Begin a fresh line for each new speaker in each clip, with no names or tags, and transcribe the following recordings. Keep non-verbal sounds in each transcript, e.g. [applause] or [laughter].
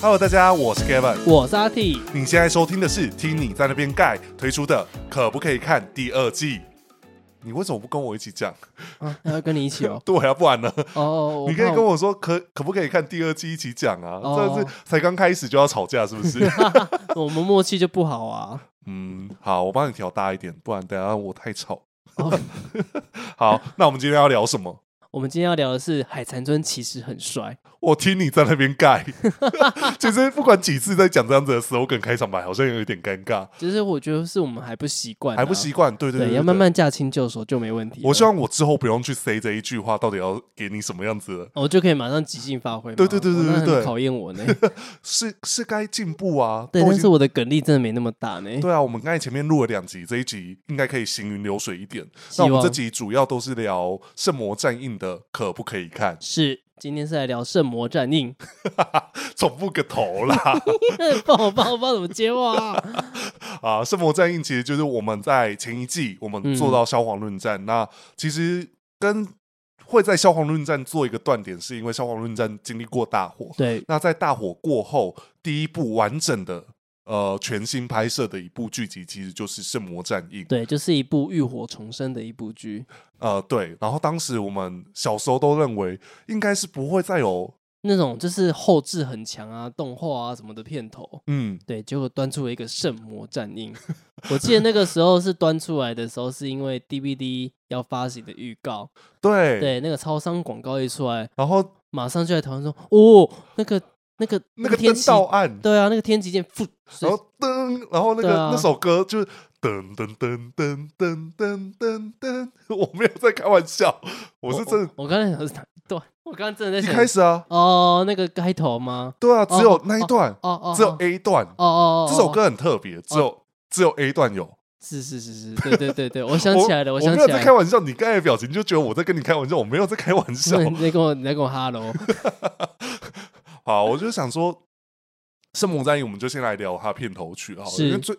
Hello，大家，我是 Gavin。
我是阿 T，
你现在收听的是《听你在那边盖》推出的《可不可以看》第二季。你为什么不跟我一起讲？。
啊，要跟你一起哦
[laughs] 对啊，不然呢？
[laughs] 哦，
你可以
怕
跟我说可可不可以看第二季一起讲啊？
哦
这是才刚开始就要吵架是不
[laughs]
是？
我们默契就不好啊。
嗯，好，我帮你调大一点，不然等下我太吵。
哦
[laughs] 好，那我们今天要聊什么？
我们今天要聊的是海蚕尊其实很帅，
我听你在那边
[laughs]
盖，其实不管几次在讲这样子的 slogan 开场白，好像有一点尴尬，
就是我觉得是我们还不习惯啊、
还不习惯。对对对
对，要慢。慢驾轻就熟就没问题
对
了。
我希望我之后不用去 say 这一句话，到底要给你什么样子的？
哦我就可以马上即兴发挥嘛。
对对对对
哦那很
对对
考验我
[laughs]
呢。
是是该进步啊。
对，
都已
但
经
是我的梗力真的没那么大呢。
对啊，我们刚才前面录了两集，这一集应该可以行云流水一点。
希
那我
望
们这集主要都是聊《圣魔战印》的，可不可以看？ [laughs]
是，今天是来聊圣魔战印， [laughs]
总不个头啦！ [laughs]
帮我帮我帮我怎么接话啊？
啊，《圣魔战印》其实就是我们在前一季我们
嗯
做到消防论战，那其实跟会在消防论战做一个断点，是因为消防论战经历过大火。
对，
那在大火过后，第一部完整的呃全新拍摄的一部剧集，其实就是《圣魔战印》。
对，就是一部浴火重生的一部剧。
呃，对。然后当时我们小时候都认为，应该是不会再有，
那种就是后置很强啊、动画啊什么的片头，
嗯，
对，结果端出了一个圣魔战印。我记得那个时候是端出来的时候，是因为 DVD 要发行的预告，
对。
对，那个超商广告一出来，
然后
马上就在台湾说，哦，那个、那个、
那个
天
灯
启，
到暗，
对啊，那个天启剑，噗，
然后噔，然后那
对
个、
啊
那首歌就是噔噔噔噔噔噔噔噔， [laughs] 我没有在开玩笑，我是真的。
我刚才想是哪一段？我刚刚真的
一
在
开
想，
始啊，
哦，那个开头吗？
对啊，只有
哦
那一段，
哦哦，
只有
哦
A 段，
哦哦，哦哦
这首歌很特别，只有只有 A 段有。
是是是是，对对对对，我想起来了，
我
想
没
起
有
来
在
了
开。玩笑，你刚才的表情就觉得我在跟你开玩笑，我没有在开玩笑。
[laughs] 你在跟我，你在跟我哈喽，
[laughs] 好，我就想说，《圣母战役》我们就先来聊它片头曲好了，
是
因为最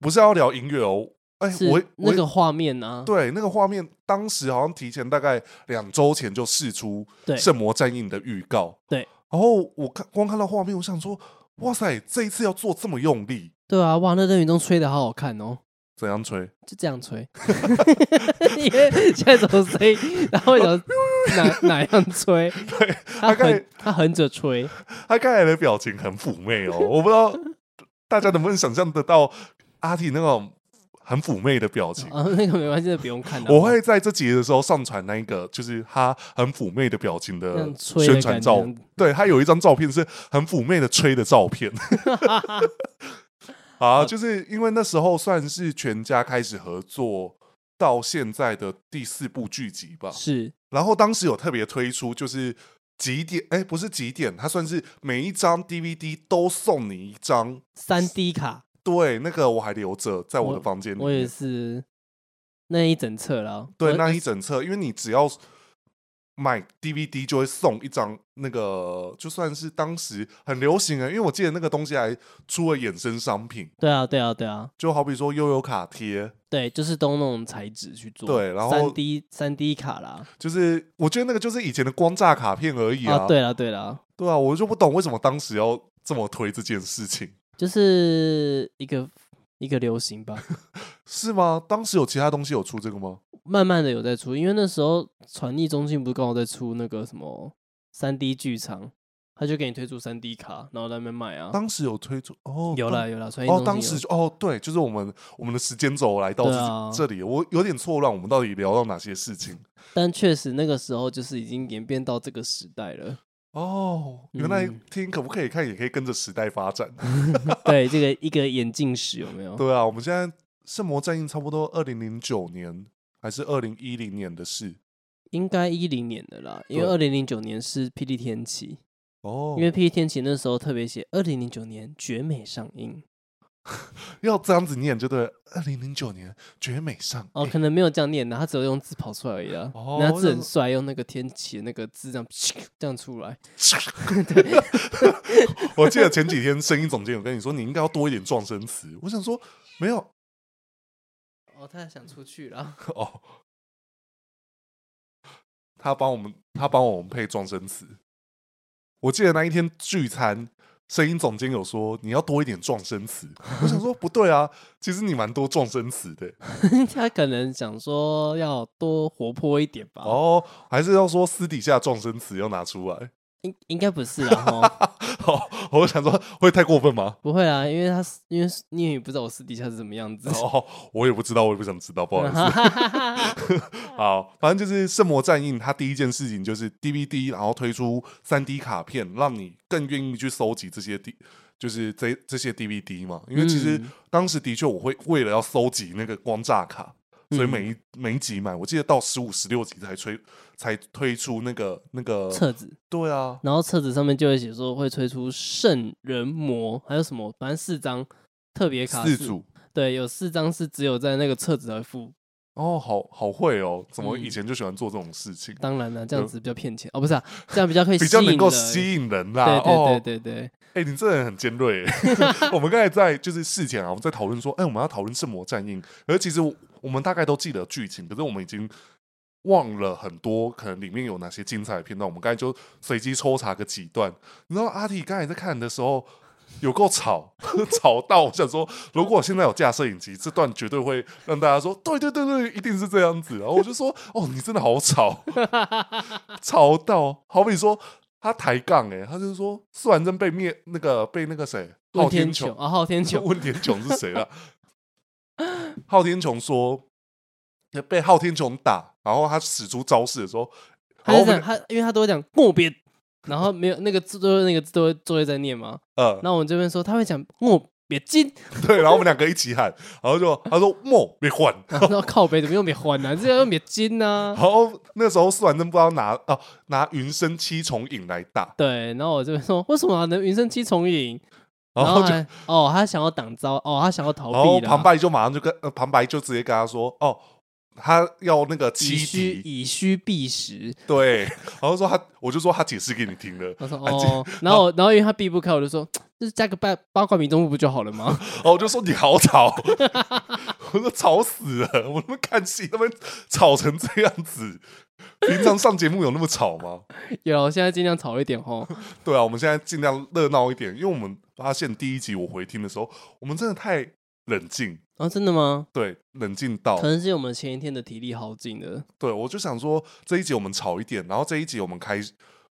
不是要聊音乐哦。哎，
是
我我
那个画面啊，
对，那个画面当时好像提前大概两周前就试出
对
《圣魔战印》的预告。
对，
然后我看光看到画面，我想说，哇塞，这一次要做这么用力，
对啊，哇，那任云中吹的好好看哦，
怎样吹？
就这样吹， [laughs] 因为现在怎么吹，然后有哪哪样吹，他
大概
横他横着吹，
他刚才的表情很妩媚哦，我不知道大家能不能想象得到阿体那种很妩媚的表情。
啊，那个没关系，那不用看的，
我会在这集的时候上传那一个，就是他很妩媚的表情
这
的
样吹的
呃宣传
感
照
觉。
对他有一张照片是很妩媚的吹的照片。 [laughs] 啊，
嗯
就是因为那时候算是全家开始合作到现在的第四部剧集吧。
[laughs] 是
然后当时有特别推出，就是几点？哎，不是几点，它算是每一张 DVD 都送你一张。
三 D 卡，
对，那个我还留着，在我的
我
房间里
我也
面。
是那一整册了，
对，
我
那一整册，因为你只要买 DVD 就会送一张那个，就算是当时很流行的，因为我记得那个东西还出了衍生商品，
对啊，对啊，对啊。
就好比说悠悠卡贴，
对，就是都那种材质去做，
对然后
三 D 三 D 卡啦，
就是我觉得那个就是以前的光炸卡片而已啊。
啊，对啦对啦，
对啊，我就不懂为什么当时要这么推这件事情。
就是一个一个流行吧，
是吗？当时有其他东西有出这个吗？
慢慢的有在出，因为那时候传艺中心不是刚好在出那个什么三 D 剧场，他就给你推出三 D 卡，然后在那边卖啊。
当时有推出哦，
有
当
啦有啦，传艺
哦
中心，
当
有
时就哦，对，就是我们我们的时间轴来到
对
这、
啊
这里，我有点错乱，我们到底聊到哪些事情？
但确实那个时候就是已经演变到这个时代了。
哦，原来
嗯
听可不可以看，也可以跟着时代发
[laughs]
展。
对，这个一个眼镜史有没有？
对啊，我们现在圣魔战印差不多二零零九年还是二零一零年的事
应该一零年的啦，因为二零零九年是《霹雳天启》，
哦
因，为《霹雳天启》那时候特别写二零零九年绝美上映
要这样子念就对了。二零零九年绝美上
哦，
映
可能没有这样念的，他只有用字跑出来而已啦。
哦
那字
那
很帅，用那个天启的那个字这样 [laughs] 这样出来。
[laughs]
[laughs]
我记得前几天声音总监有跟你说，你应该要多一点撞声词。我想说没有
哦，他想出去了。
哦，他帮我们他帮我们配撞声词。我记得那一天聚餐，声音总监有说你要多一点撞声词，我想说不对啊，其实你蛮多撞声词的、
[laughs] 他可能想说要多活泼一点吧。
哦，还是要说私底下撞声词要拿出来。 [laughs]
应应该不是啦，哈，
好，我想说会太过分吗？
不会啦，因为他是因为是因为你不知道我私底下是什么样子。
哦，我也不知道，我也不嗯想知道，不好意
[laughs]
思。
嗯
好，反正就是《圣魔战印》，它第一件事情就是 DVD，然后推出三 D 卡片，让你更愿意去搜集这些 D，就是这这些 DVD 嘛。因为其实
嗯
当时的确，我会为了要搜集那个光栅卡，
嗯
所以每一、每一集买，我记得到十五、十六集才推才推出那个那个。
册子，
对啊，
然后册子上面就会写说会推出圣人魔，还有什么，反正四张特别卡
四
是，
组
对，有四张是只有在那个册子才会附。
哦，好好会哦，怎么
嗯
以前就喜欢做这种事情，
当然了，这样
有
子比较骗钱哦，不是啊，这样比较可以
比较能够
吸引
吸引人啦、
人。
哦，
对对对对对，
哎、你这人很尖锐欸。 [laughs] 我们刚才在就是事前啊，我们在讨论说，哎、我们要讨论圣魔战印，而其实我我们大概都记得剧情，可是我们已经忘了很多，可能里面有哪些精彩的片段。我们刚才就随机抽查个几段。你知道阿体刚才在看的时候。有够吵， [laughs] 吵到我想说，如果我现在有架摄影机，这段绝对会让大家说，对对对对，一定是这样子。然后我就说，哦，你真的好吵，吵到好比说他抬杠哎、欸，他就是说苏完真被灭那个被那个谁
问
昊
天
穹
穹啊，昊 [laughs] 天
就
穹，
问天穹是谁了？ [laughs] 昊天穹说被昊天穹打，然后他使出招式的时候，
他
然后
就
我
这
们
样，他因为他都会讲莫别，然后没有那个字都那个字都会作业在念嘛，
呃
那我们这边说他会讲莫
[laughs]
别金，
对，然后我们两个一起喊，然后就他说莫别换，
然后靠北怎么又没换呢？啊这个又没金啊呢
然？后那时候苏完真不知道拿哦、拿云升七重影来打，
对，然后我这边说为什么啊能云升七重影？
然
后
后就
还哦，他想要挡招，哦，他想要逃
然后
避
旁
啦。
白就马上就跟、呃、旁白就直接跟他说哦。他要那个七
以虚
级，
以虚避实，
对，然后说他，我就说他解释给你听了，
我说
啊这
哦，然后我然后因为他避不开，我就说就是加个八八卦迷踪目不就好了吗？ [laughs]
然后我哦就说你好吵， [laughs] 我说吵死了，我他妈看戏他妈吵成这样子，平常上节目有那么吵吗？
有啦，我现在尽量吵一点吼。
对啊，我们现在尽量热闹一点，因为我们发现第一集我回听的时候，我们真的太冷静，
啊，真的吗？
对，冷静到
可，能是我们前一天的体力耗尽了。
对我就想说这一集我们吵一点，然后这一集我们开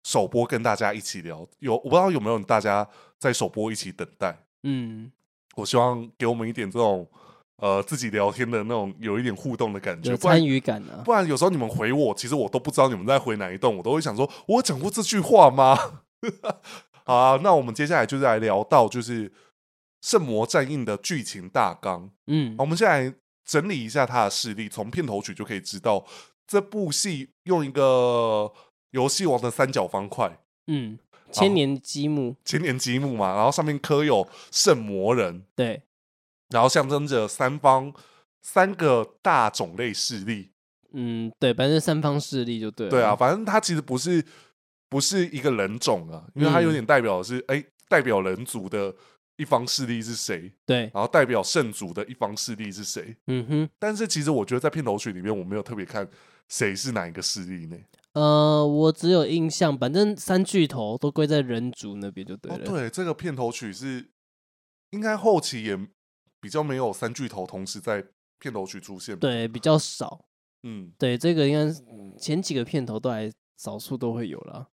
首播跟大家一起聊，有我不知道有没有大家在首播一起等待。
嗯，
我希望给我们一点这种呃自己聊天的那种有一点互动的感觉，
有
不然
参与感啊。
不然有时候你们回我，其实我都不知道你们在回哪一段，我都会想说，我有讲过这句话吗？ [laughs] 好啊，那我们接下来就是来聊到就是《圣魔战印》的剧情大纲。
嗯
好，我们现在整理一下它的事例，从片头曲就可以知道这部戏用一个游戏王的三角方块。
嗯，
好
千年积木，
千年积木嘛，然后上面刻有圣魔人，
对，
然后象征着三方三个大种类势力。
嗯，对，反正三方势力就对。
对啊，，反正它其实不是不是一个人种啊，因为它
嗯
有点代表的是哎、代表人族的一方势力是谁，
对，
然后代表圣族的一方势力是谁。
嗯哼，
但是其实我觉得在片头曲里面，我没有特别看谁是哪一个势力呢？
呃，我只有印象，反正三巨头都归在人族那边就对
哦，
了。
对，这个片头曲是应该后期也比较没有三巨头同时在片头曲出现。，
对比较少。
嗯，
对，这个应该是前几个片头都还少数都会有啦。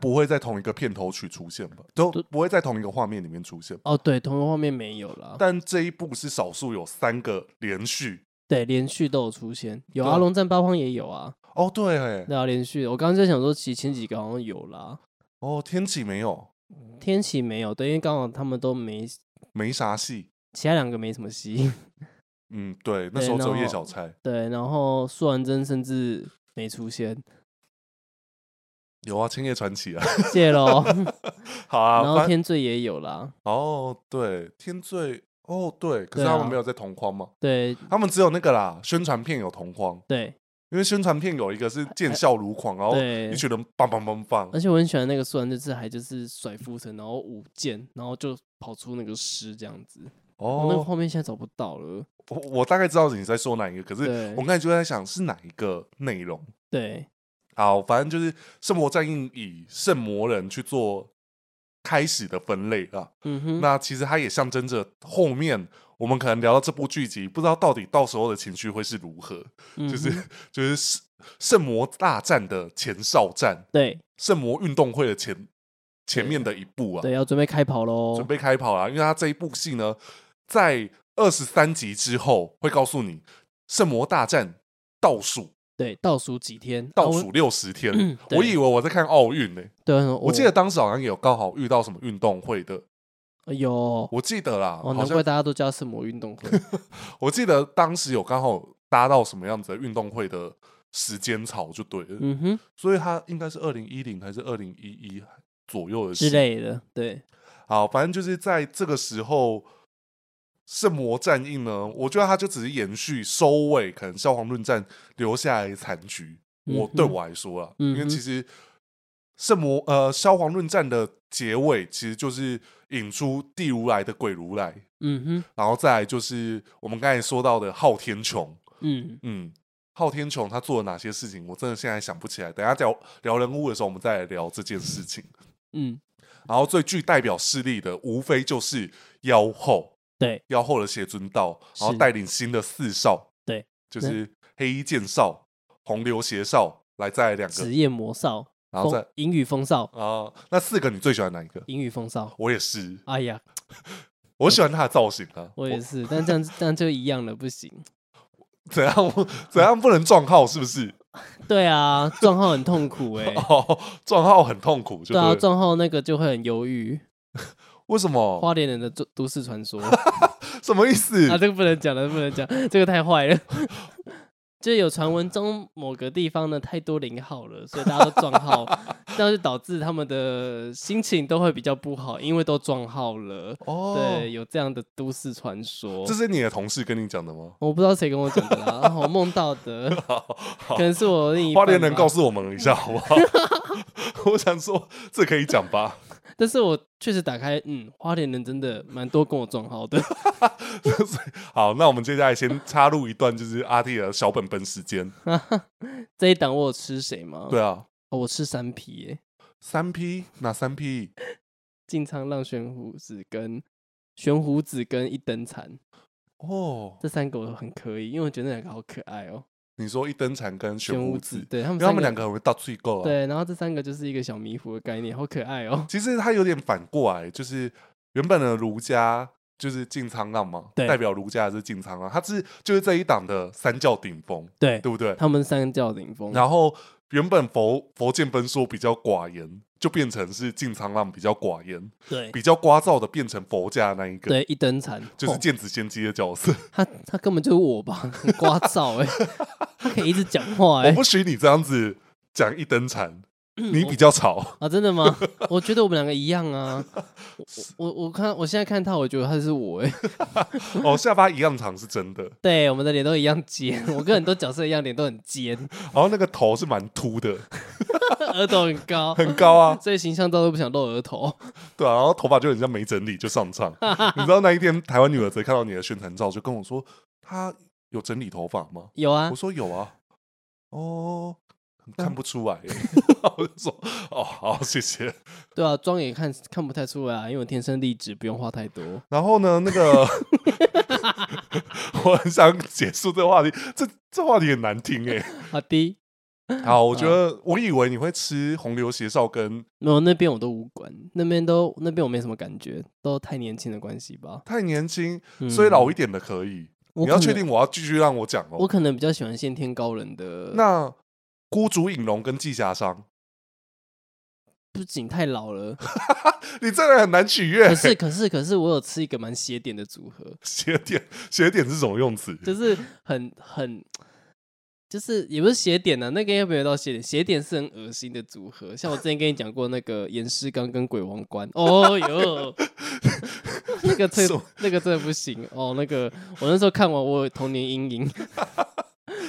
不会在同一个片头曲出现吧？都
对
不会在同一个画面里面出现。
哦，对，同一个画面没有啦。
但这一部是少数有三个连续
对，连续都有出现，有
对
阿龙战八荒也有啊。
哦，对欸，
对啊，连续。我刚刚在想说，其实前几个好像有啦，
哦，天启没有，
天启没有，对，因为刚好他们都没，
没啥戏。
其他两个没什么戏。
嗯，对，那
对
时候只有
然后
叶小钗，
对，然后素还真甚至没出现，
有啊，《千叶传奇》啊， [laughs]
谢喽。
好啊，
然后
反
天罪也有啦，
哦，对，天罪，哦，对，可是
对
他
啊
们没有在同框嘛，
对
他们只有那个啦，宣传片有同框，
对
因为宣传片有一个是见笑如狂，然后
对
一。群人梆梆梆梆，
而且我很喜欢那个素还真，这次还就是甩浮尘，然后舞剑，然后就跑出那个诗这样子。哦，那个
哦，
画面现在找不到了。
我我大概知道你在说哪一个，可是
对
我刚才就在想是哪一个内容。
对，
好，反正就是圣魔战印以圣魔人去做开始的分类啊啦。
嗯哼，
那其实它也象征着后面我们可能聊到这部剧集，不知道到底到时候的情绪会是如何，
嗯
就是
哼
就是圣圣魔大战的前哨战，
对
圣魔运动会的前前面的一步啊，
对，哦要准备开跑喽，
准备开跑啊啦、因为它这一部戏呢，在二十三集之后会告诉你圣魔大战倒数
对倒数几天，啊
倒
我
数六十天、
嗯对哦
我以为我在看奥运呢、
对，啊我
我记得当时好像也有刚好遇到什么运动会的，
哎呦，哦，
我记得啦，好
难
像
怪大家都叫圣魔运动
[laughs]
会，
我记得当时有刚好搭到什么样子的运动会的时间草就对了，
嗯哼
所以它应该是二零一零还是二零一一左右的事
之。类的，对，
好，反正就是在这个时候，圣魔战役呢，我觉得它就只是延续收尾，可能消防论战留下来的残局。我
嗯哼
对我来说啊，因为
嗯哼
其实圣魔呃消防论战的结尾其实就是引出地如来的鬼如来，
嗯
然后再来就是我们刚才说到的昊天穹，
哼，嗯，
嗯，昊天穹他做了哪些事情，我真的现在想不起来。等一下聊聊人物的时候，我们再来聊这件事情。
嗯，
然后最具代表势力的，无非就是妖后，
对，
妖后的邪尊道，
是
然后带领新的四少，
对，
就是黑衣剑少、红流邪少，来再来两个
职，业魔少，
然后再
风英语风少，
啊、那四个你最喜欢哪一个？
英语风少，
我也是，
哎呀，
我喜欢他的造型啊，
我也是，但这样这样就一样了，不行。
怎样怎样不能撞号是不是？ [laughs]
对啊，撞号很痛苦哎、
哦，撞号很痛苦，就
对啊，
对了
撞号那个就会很忧郁。
为什么？
花莲啊人的都都市
[laughs]
传说啊，
什么意思？
这个不能讲了，不能讲，这个太坏了。 [laughs] 就有传闻中某个地方呢太多零号了，所以大家都撞
[laughs]
号，这样就导致他们的心情都会比较不好，因为都撞号了。
哦，
对，有这样的都市传说
这，是你的同事跟你讲的
[laughs]
吗？，
我不知道谁跟我讲的啦，啊我梦到的
好好
可能是我另一
花
半
莲人
吧
告诉我们一下好不好？ [laughs] 我想说，这可以讲吧？ [laughs]
但是我确实打开，嗯，花莲人真的蛮多跟我撞号的。 [laughs]
好，那我们接下来先插入一段，就是阿弟的小本本时间。
这一档我有吃谁吗？
对啊，
哦，我吃三批耶，
三 P 哪三 P？
进仓浪玄虎子跟玄虎子跟一等蚕
哦，
这三个我很可以，因为我觉得那两个好可爱哦。
你说一灯禅跟玄武
武
子，
对他
因
们
为他
三
们两个很会到最够啊。，
对，然后这三个就是一个小迷糊的概念，好可爱哦。
其实他有点反过来，就是原本的儒家。就是进仓浪嘛，
对
代表儒家的是进仓浪，他是就是这一档的三教顶峰，
对，
对不对？
他们三个叫顶峰，
然后原本佛佛见分说比较寡言，就变成是进仓浪比较寡言，
对
比较聒噪的变成佛家那一个，
对一等蚕
就是
哦
剑子仙姬的角色。
他他根本就是我吧， [laughs] 很聒噪哎，他可以一直讲话
我
哎嗯
不许你这样子讲一灯禅，你比较吵。
啊，真的吗？我觉得我们两个一样啊。我我我看我现在看他，我觉得他是我哎。
哦，下巴一样长是真的，
[laughs] 对，我们的脸都一样尖，我跟很多角色一样，脸都很尖， [laughs]
然后那个头是蛮秃的，
额头很高，
很高
[laughs]
啊，
所以形象照都不想露额头。
对啊，然后头发就很像没整理就上
[laughs]
场。你知道那一天台湾女儿则看到你的宣传照，就跟我说她有整理头发吗？
有啊嗯
我，说有啊，哦，看不出来耶。 [laughs] 我就说哦，好，谢谢。
对啊，妆也看看不太出来啊，因为我天生丽质，不用画太多。
然后呢，那
[laughs]
个我很想结束这个话题，这这话题很难听
[laughs]
哎。
好的，
好，我觉
嗯
得我以为你会吃红流邪少跟
没有那边我都无关，那边都那边我没什么感觉，都太年轻的关系吧。
太年轻，
嗯
所以老一点的可以。
我
你要
可
确
能
定我要继续让我讲
我
哦。
可能比较喜欢先天高人的，
那孤竹影龙跟季霞商，
不仅太老
[laughs]
了，
你这人很难取悦
可。
[laughs]
是可是可是我有吃一个蛮邪点的组合，
斜点斜点是什么用词？
就是很很，就是也不是邪点呢、啊那个应该没有到邪点，邪点是很恶心的组合。像我之前跟你讲过那个严世刚跟鬼王关，哦哟，那个真
什么
那个真的不行哦。那个我那时候看完，我有童年阴
[laughs]
影，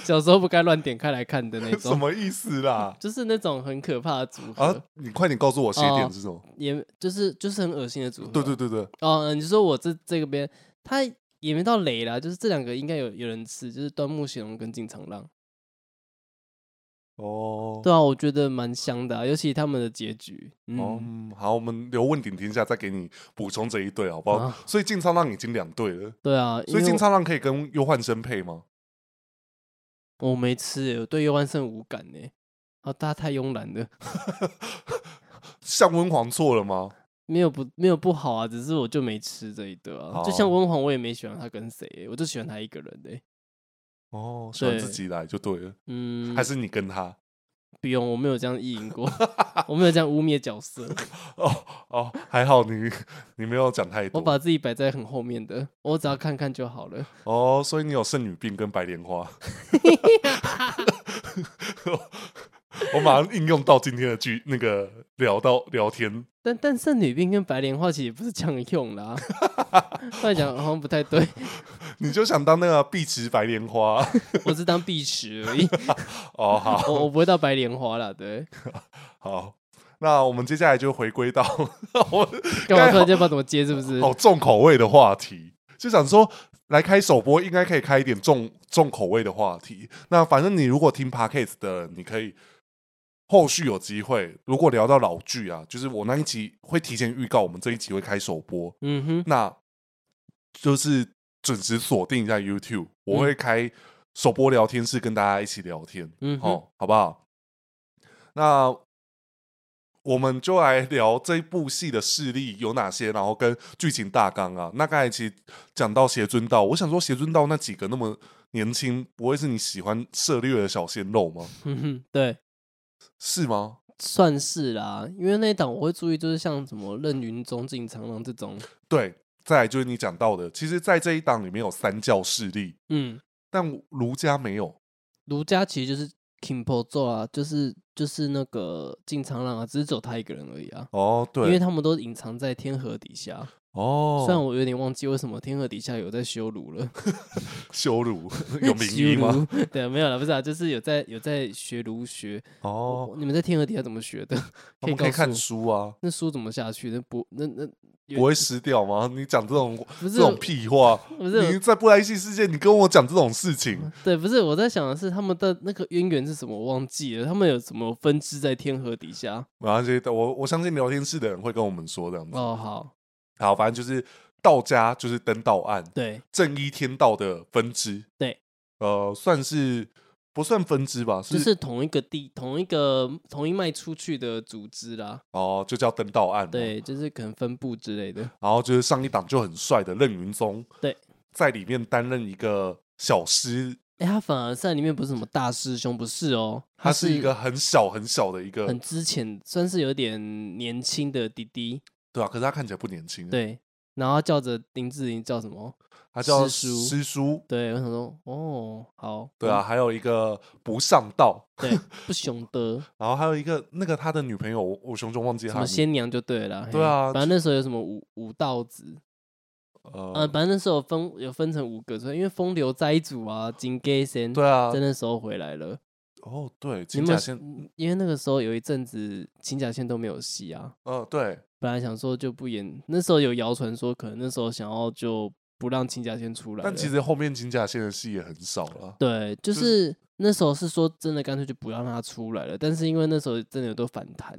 小时候不该乱点开来看的那
什
种，
么意思
[laughs]
啦？
就是那种很可怕的组合，
啊，你快点告诉我斜
嗯哦
点是什么？
也就是就是很恶心的组合。
对对对对，
哦，你说我这这个边，他也没到雷啦，就是这两个应该有有人吃，就是端木显龙跟金长浪。
哦，
对啊，我觉得蛮香的、啊，尤其他们的结局。
哦
嗯，，
好，我们留问鼎天下再给你补充这一对，好不好
啊？
所以金昌浪已经两对了，
对啊，因
所以
为
金昌浪可以跟忧患生配吗？
我没吃耶、我对忧万胜无感呢、啊，大家太慵懒了，
向温皇错了吗？
没有不没有不好啊，只是我就没吃这一顿啊。就
哦
像温皇，我也没喜欢他跟谁耶、我就喜欢他一个人哎、
哦，喜欢
对
自己来就对了，
嗯，
还是你跟他？
不用，我没有这样意淫过，
[laughs]
我没有这样污蔑角色，
哦哦，还好你 [laughs] 你没有讲太
我
多
把自己摆在很后面的，我只要看看就好了。
哦，所以你有剩女病跟白莲花。 [laughs] 我马上应用到今天的剧，那个聊到聊天，
但但圣女病跟白莲花其实也不是这样
[laughs]
用啦，突然讲好像不太对， [laughs]
你就想当那个碧池白莲花
我是当碧池而已，
哦， [laughs] 好
我我不会到白莲花啦，
[laughs]
对。
好，那我们接下来就回归到 [laughs] 我们
干嘛
该
突然间不知道怎么接？是不是？
好重口味的话题，就想说来开首播，应该可以开一点重重口味的话题。那反正你如果听 podcast 的人，你可以后续有机会，如果聊到老剧啊，就是我那一集会提前预告，我们这一集会开首播，
嗯哼，
那就是准时锁定一下 YouTube，我会开首播聊天室跟大家一起聊天。
嗯哼，
哦，好不好？那我们就来聊这部戏的势力有哪些，然后跟剧情大纲啊。那刚才其实讲到邪尊道，我想说邪尊道那几个那么年轻，不会是你喜欢涉猎的小鲜肉吗？
嗯哼，对，
是吗？
算是啦。因为那一档我会注意，就是像什么任云中、进长郎这种，
对，再来就是你讲到的，其实，在这一档里面有三教势力，
嗯，
但儒家没有。
儒家其实就是 Kimpo 做啊，就是就是那个进长郎啊，只是只有他一个人而已啊。
哦，
因为
对，
他们都隐藏在天河底下，
哦，
虽然我有点忘记为什么天河底下有在修儒了，
[laughs] 羞
[laughs]
辱有名
修
义吗？
儒对，没有了，不是啊，就是有在有在学儒学。
哦，
你们在天河底下怎么学的？
他
可以
们可以
告诉
看
我
书啊，
那书怎么下去？那不那那有
不会失掉吗？你讲这种
不是
这种屁话！
不是
你在布莱希世界，你跟我讲这种事情，
对，不是我在想的是他们的那个渊源是什么，我忘记了。他们有什么分支在天河底下？
然后这些我我相信聊天室的人会跟我们说这样子。
哦，好，
好，反正就是道家就是登道案，
对，
正一天道的分支。
对，
呃，算是不算分支吧？
就是是同一个地、同一个、同一脉出去的组织啦。
哦，就叫登道案。，
对，就是可能分部之类的。
然后就是上一档就很帅的任云宗，
对，
在里面担任一个小师，
哎，他反而在里面不是什么大师兄，不是哦，
他是一个很小很小的一个
很，之前，算是有点年轻的弟弟。
对啊，可是他看起来不年轻，，
对，然后他叫着林志玲叫什么？
他叫
师叔
师叔，
对，我想说，哦，好，
对啊，，还有一个不上道，
对，不雄
[laughs]
的。
然后还有一个那个他的女朋友，我我熊熊忘记
什
他
么
的名，
仙娘就对了啦。
啊对
嘿
啊
反正那时候有什么五五道子，呃，
呃，
反正那时候有分有分成五个，所以因为风流斋主啊、金盖仙，
对啊
在，那时候回来了。
哦对，
你
金
们
甲仙，
因为那个时候有一阵子金甲仙都没有戏啊，
呃，对，
本来想说就不演，那时候有谣传说可能那时候想要就不让金甲仙出来了，
但其实后面金甲仙的戏也很少了，
对，就
就是
那时候是说真的，干脆就不让他出来了。但是因为那时候真的有都反弹，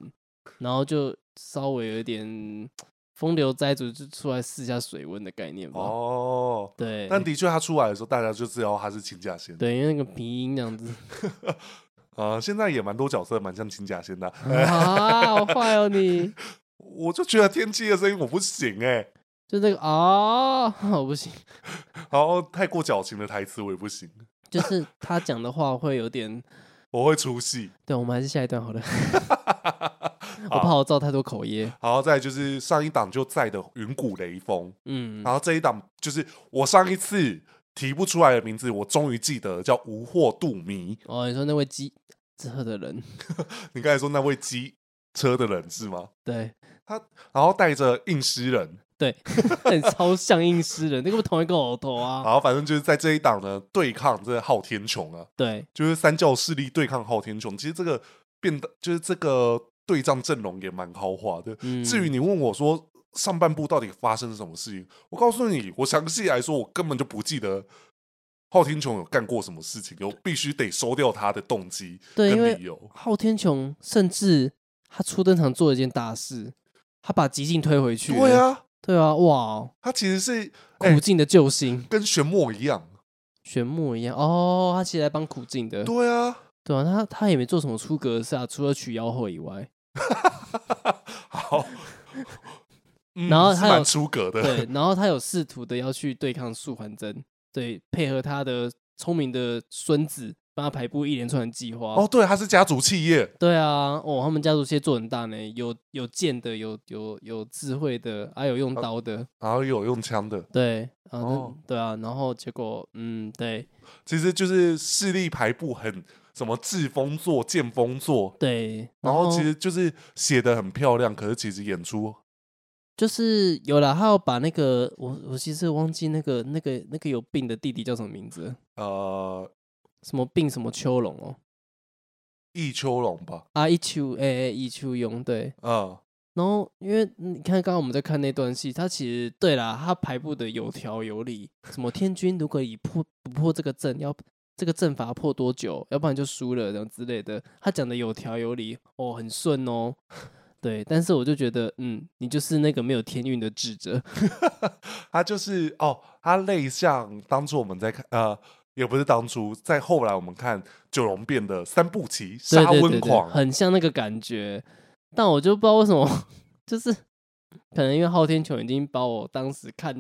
然后就稍微有一点风流债主就出来试一下水温的概念吧。
哦，
对，
但的确他出来的时候，大家就知道他是金甲仙，
对，因为那个鼻音这样
[laughs]
子
呃，现在也蛮多角色蛮像金甲仙的，
啊，好坏哦你，
我就觉得天机的声音我不行哎，
就那个 [laughs] 啊，我不行，
然后太过矫情的台词我也不行，
就是他讲的话会有点。
我会出戏。
对，我们还是下一段好了，
[laughs]
我怕
好，
我造太多口业。
然后再来就是上一档就在的云谷雷锋，
嗯，
然后这一档就是我上一次提不出来的名字，我终于记得了叫无惑渡迷。
哦，你说那位鸡车的人，
你刚才说那位机车的人是吗？
对
然后带着印诗人，
对，很超像阴湿人，那个不同一个偶头啊。
然后反正就是在这一档呢对抗这昊天穹啊，
对，
就是三教势力对抗昊天穹。其实这个变得就是这个对仗阵容也蛮豪华的。
嗯，
至于你问我说上半部到底发生了什么事情，我告诉你，我详细来说我根本就不记得昊天穹有干过什么事情，有必须得收掉他的动机
对，因
跟
为
理由。
昊天穹甚至他初登场做了一件大事，他把极境推回去。
对，啊，
对啊，哇，哦
他其实是哎
苦尽的救星，
跟玄墨一样。
玄牧一样哦，他其实来帮苦尽的。
对
[laughs]
啊，
对啊，他他也没做什么出格的事啊，除了取妖后以外，
[laughs] 好，嗯
然后
是
他有
蛮出格的，
对，然后他有试图的要去对抗素还真，对，配合他的聪明的孙子，帮他排布一连串的计划。
[laughs] 哦，，对，他是家族企业，
对啊，哦，他们家族其实做很大呢，有有剑的，有有有智慧的，还、有用刀的，
然后有用枪的，
对，然后、
啊哦
对啊，然后结果，嗯，对
其实就是势力排布很什么制风座、剑风座，
对，
然后其实就是写的很漂亮，可是其实演出
就是有了，他要把那个我我其实忘记那个那个那个有病的弟弟叫什么名字，
呃
什么病什么秋龙哦，
易秋龙吧，
啊一秋哎哎一秋勇对，
嗯，
然后因为你看，刚刚我们在看那段戏，他其实对啦，他排布的有条有理。什么天君如果以破不破这个阵，要这个阵法破多久，要不然就输了，然后之类的。他讲的有条有理，哦，很顺哦。 [laughs] 对，但是我就觉得，嗯，你就是那个没有天运的智者，
他就是哦，他类像当初我们在看呃。也不是当初，在后来我们看九龙变的三步棋
对
杀
对
温
对对，
狂，
很像那个感觉。但我就不知道为什么， [laughs] 就是可能因为昊天穹已经把我当时看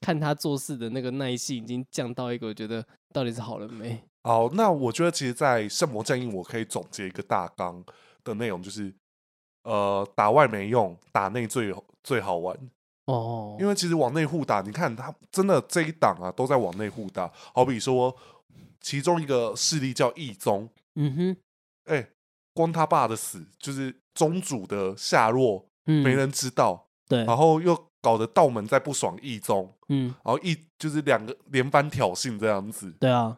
看他做事的那个耐性已经降到一个，我觉得到底是好了没？
好，那我觉得其实，在圣魔战役，我可以总结一个大纲的内容，就是呃，打外没用，打内最最好玩。
哦，
因为其实往内互打，你看他真的这一档啊，都在往内互打。好比说，其中一个势力叫义宗，
嗯哼，
哎、光他爸的死，就是宗主的下落，
嗯，
没人知道，
对，
然后又搞得道门在不爽义宗，
嗯，
然后义就是两个连番挑衅这样子。
对啊，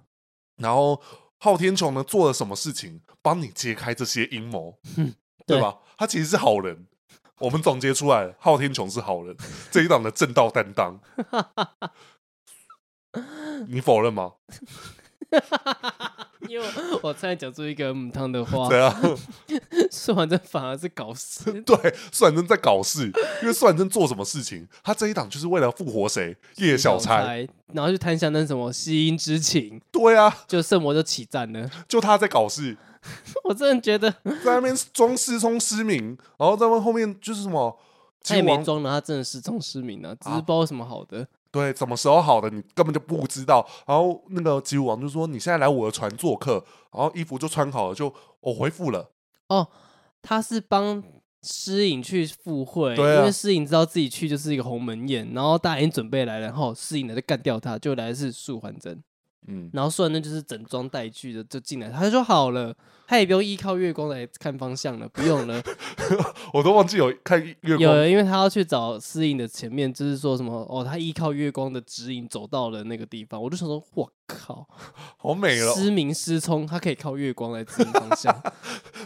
然后昊天穹呢做了什么事情，帮你揭开这些阴谋， [laughs] 对
对
吧？他其实是好人。我们总结出来了，昊天穹是好人，这一党的正道担
[laughs]
当，你否认吗？
因为 [laughs] 我差点讲出一个母汤的话，
对
[laughs]
啊，，
说完这反而是搞事
[laughs] 对，阮真在搞事，因为阮真做什么事情，他这一党就是为了复活谁？叶小钗。，
然后就贪下那什么吸音之情，
对啊，
就圣魔就起战了。 [laughs]
就他在搞事，
我真的觉得
在那边装失聪失明，然后在那后面就是什么
他也
秦王
没装了，他真的是中失明了，只是
啊
不知道有什么好的。
对，什么时候好的你根本就不知道。然后那个吉武王就说：“你现在来我的船做客。”然后衣服就穿好了，就我、回复了。
哦，他是帮。诗颖去赴会，
对啊
因为诗颖知道自己去就是一个鸿门宴，然后大家已经准备来了，然后诗颖呢就干掉他，就来的是素还真。
嗯，
然后素然呢就是整装待拒的就进来，他就说好了，他也不用依靠月光来看方向了，不
[laughs]
用了。
我都忘记有看月光
有，因为他要去找司颖的前面，就是说什么哦，他依靠月光的指引走到了那个地方，我就想说，我靠，
好美哦了，
失明失聪，他可以靠月光来指引方向，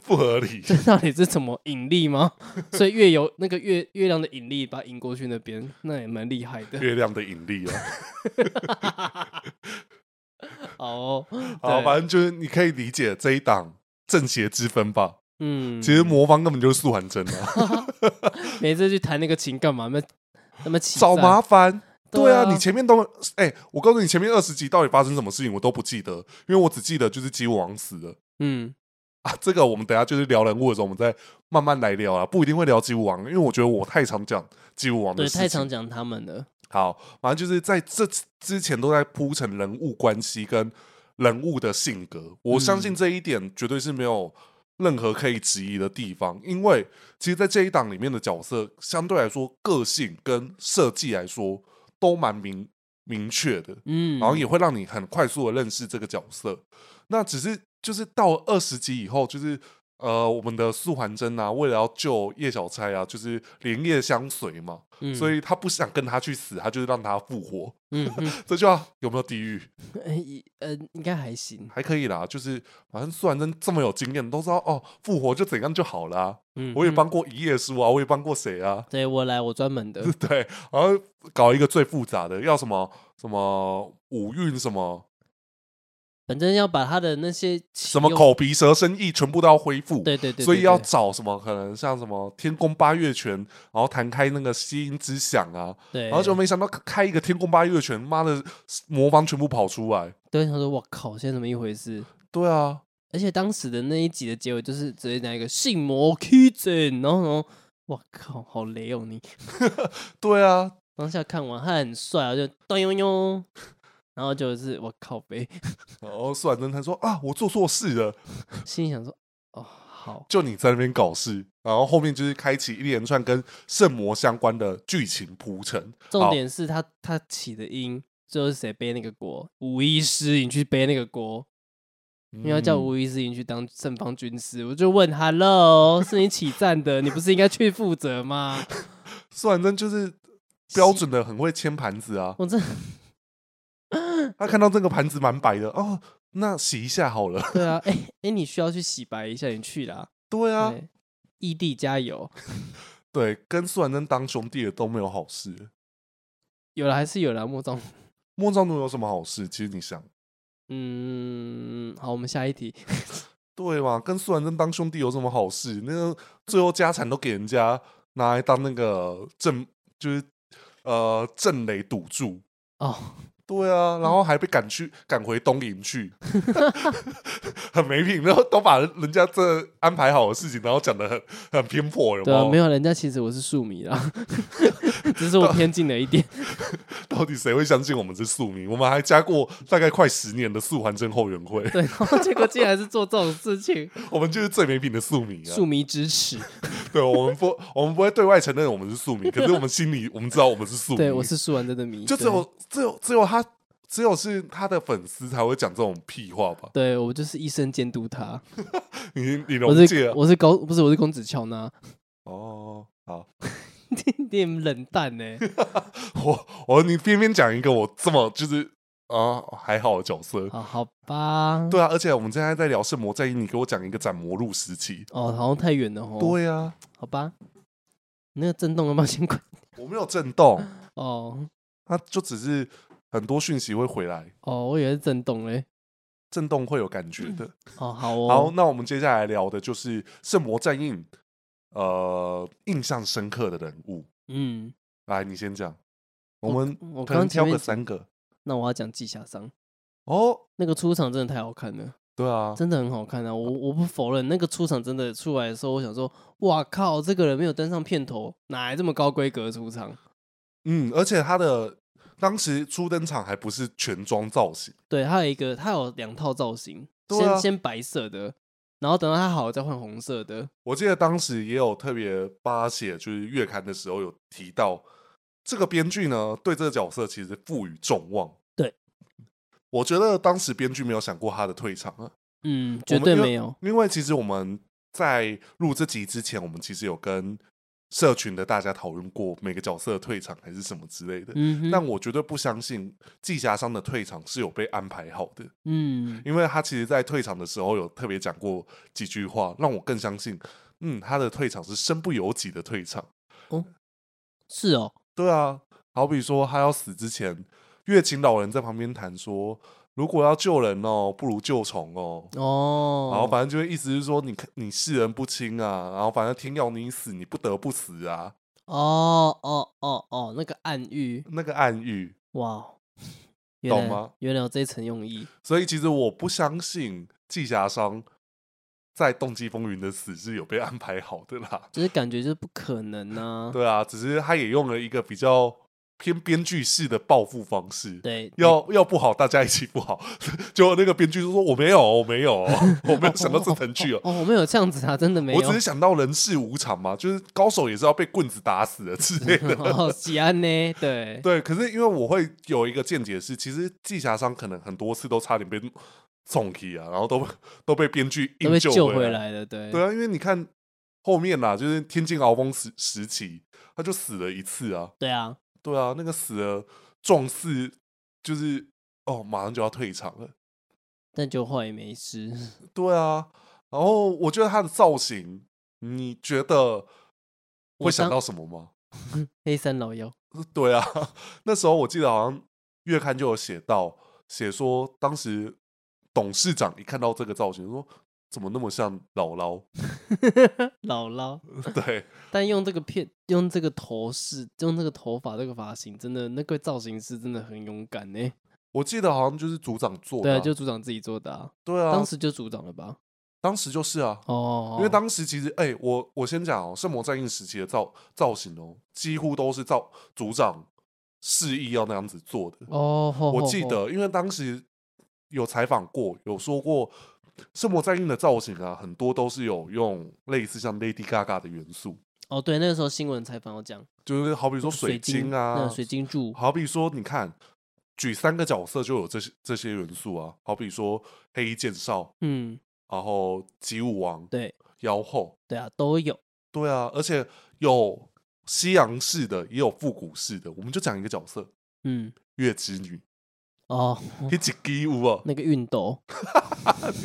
不合理。
[laughs] 这到底是怎么引
[laughs]
力吗？所以月游那个月月亮的引力把它引过去那边，那也蛮厉害的。
月亮的引
[laughs]
力啊，
哦，
好，
对
反正就是你可以理解这一档正邪之分吧。
嗯，
其实魔方根本就是素还
[laughs]
真啊，
每次去谈那个情干嘛？那么那么起
找
战
麻烦。对
对
啊，你前面都哎、我告诉你前面二十集到底发生什么事情，我都不记得，因为我只记得就是吉武王死了。
嗯，
啊，这个我们等一下就是聊人物的时候，我们再慢慢来聊啊，不一定会聊吉武王，因为我觉得我太常讲吉武王的
对，
事情。
太常讲他们了。
好，反正就是在这之前都在铺陈人物关系跟人物的性格，我相
嗯
信这一点绝对是没有任何可以质疑的地方，因为其实，在这一档里面的角色，相对来说个性跟设计来说都蛮明明确的，
嗯，
然后也会让你很快速的认识这个角色。那只是就是到二十集以后，就是呃，我们的素还真啊，为了要救叶小钗啊，就是连夜相随嘛，
嗯
所以他不想跟他去死，他就是让他复活。
嗯嗯
[laughs] 这句话有没有地狱？
呃一呃，应该还行。
还可以啦，就是反正素还真这么有经验，都知道哦，复活就怎样就好啦、
嗯，
我也
嗯
帮过一页书啊，我也帮过谁啊？
对我来，我
[laughs]
专门的。
对，然后搞一个最复杂的，要什么什么五运什么
反正要把他的那些
什么口鼻舌身意全部都要恢复。
对对对对
所以
对
要找什么可能像什么天宫八月拳，然后弹开那个吸音之响啊，
对，
然后就没想到开一个天宫八月拳，妈的魔方全部跑出来。
对想说，哇靠，现在怎么一回事？
对啊，
而且当时的那一集的结尾就是直接拿一个性魔 Kitchen，然后然后哇靠，好雷哦你！
对啊，
当下看完他很帅啊，就咚悠悠，然后就是我靠呗，
然后苏婉珍他说啊，我做错事了，
[laughs] 心里想说哦好，
就你在那边搞事。然后后面就是开启一连串跟圣魔相关的剧情铺陈。
重
好
点是他他起的音，最后是谁背那个锅？吴医师你去背那个锅，因为他叫
嗯
吴医师你去当正方军师，我就问 Hello，是你起战的，你不是应该去负责吗？
苏婉珍就是标准的很会牵盘子啊。
我真
他看到这个盘子蛮白的，哦，那洗一下好了。
[laughs]
[laughs]
对啊，哎、哎、你需要去洗白一下，你去啦，
对啊，
对，异地加油。
对，跟苏婉珍当兄弟的都没有好事。
有了还是有了，啊莫总。
莫兆奴有什么好事？其实你想，
嗯，好，我们下一题。
对嘛？跟苏婉珍当兄弟有什么好事？那个最后家产都给人家拿来当那个正，就是呃正雷赌注。
哦，
对啊，然后还被赶去赶回东营去， [laughs] 很没品。然后都把人家这安排好的事情，然后讲的很很偏颇，有没
对
有？
啊，没有人家其实我是庶迷啦， [laughs] 只是我偏近了一点。 [laughs]
到底谁会相信我们是宿民？我们还加过大概快十年的素还真后援会， [laughs]
对，然后结果竟然是做这种事情，
我们就是最没品的宿民啊
庶！迷支持。
[laughs] 对，我们不，我们不会对外承认我们是宿民，可是我们心里我们知道我们是宿民。
[laughs] 对，我是庶完真的迷。
就只有只有只有他，只有是他的粉丝才会讲这种屁话吧？
对对我就是一生监督他。
你你
我
溶解
是
啊
我是高不是我是公子乔呢，
哦，好，
[laughs] 你很冷
[laughs]
淡呢。
我我你偏偏讲一个我这么就是啊还好的角色。
好好吧。
对啊，而且我们现在在聊圣魔战役，你给我讲一个斩魔录时期。
哦，好像太远了哦。，
对啊，
好吧。那个震动要不要先关？ [laughs]
我没有震动，
哦
它就只是很多讯息会回来，
哦，我以为是震动嘞。
震动会有感觉的。
哦，好哦。
好，那我们接下来聊的就是圣魔战印，呃，印象深刻的人物。
嗯，
来，你先讲，我们
我
可
刚
能
前
挑
面
个
讲
三个。
那我要讲季夏桑，
哦，
那个出场真的太好看了，
对啊，
真的很好看啊！我我不否认，那个出场真的出来的时候，我想说，哇靠，这个人没有登上片头，哪来这么高规格的出场？
嗯，而且他的当时初登场还不是全妆造型，
对，他有一个，他有两套造型，
对啊
先先白色的，然后等到他好了再换红色的。
我记得当时也有特别巴写，就是月刊的时候有提到，这个编剧呢对这个角色其实赋予众望。
对，
我觉得当时编剧没有想过他的退场啊，
嗯，
我
绝
们
对
因为
没有。
因为其实我们在录这集之前，我们其实有跟社群的大家讨论过每个角色的退场还是什么之类的。
嗯
但
哼，
我绝对不相信季霞商的退场是有被安排好的，
嗯，
因为他其实，在退场的时候有特别讲过几句话，让我更相信，嗯，他的退场是身不由己的退场。
是哦，
对啊，好比说他要死之前，月琴老人在旁边谈说，如果要救人哦，不如救虫哦。
哦，
然后反正就是意思是说你，你世人不清啊，然后反正天要你死，你不得不死啊，
哦哦哦哦，那个暗喻，
那个暗喻。
哇，哦原
懂
来
吗？
原来有这一层用意。
所以其实我不相信季霞商在《动机风云》的死是有被安排好的啦。
就是感觉就是不可能呐、
对啊，只是他也用了一个比较偏编剧式的报复方式。
对，
要要不好，大家一起不好。 [laughs] 结果那个编剧就说：“我没有，我没
[laughs]
有，我没有想到这层去哦。
哦，我没有这样子啊，真的没有。
我只是想到人世无常嘛，就是高手也是要被棍子打死的之类
[laughs]
的。
哦，西安呢？对，
对，可是因为我会有一个见解是，其实季霞商可能很多次都差点被送去啊，然后都都被编剧
都
硬
被
救
救
回
回
来。
来了。对，
对啊，因为你看后面啦、就是天津鳌峰时时期，他就死了一次啊。
对啊，
对啊，那个死了壮士就是哦，马上就要退场了。
但就话也没事。
对啊，然后我觉得他的造型，你觉得会
我
想
当
到什么吗？
黑山老妖，
[laughs] 对啊，那时候我记得好像月刊就有写到，写说当时董事长一看到这个造型，就说怎么那么像姥姥？ [laughs]
姥姥。
对，
但用这个片，用这个头饰，用这个头发，这个发型，真的那个造型师真的很勇敢呢、
我记得好像就是组长做
对
的啊、
啊，就组长自己做的啊，
对啊，
当时就组长了吧？
当时就是啊，
哦，
因为当时其实，哎、我我先讲哦，圣魔战印时期的造造型哦，几乎都是造组长示意要那样子做的。
哦，吼
我
吼
记
吼
得，因为当时有采访过，有说过圣魔战印的造型啊，很多都是有用类似像 Lady Gaga 的元素，
哦，对，那个时候新闻采访有讲，
就是好比说水晶
晶
啊
嗯，水晶柱，
好比说你看。举三个角色就有这些这些元素啊，好比说黑衣剑少，
嗯，
然后吉武王、
对
妖后，
对啊，都有，
对啊，而且有西洋式的，也有复古式的。我们就讲一个角色，
嗯，
月之女，
哦，
一起给舞啊！
那个熨斗，
[laughs]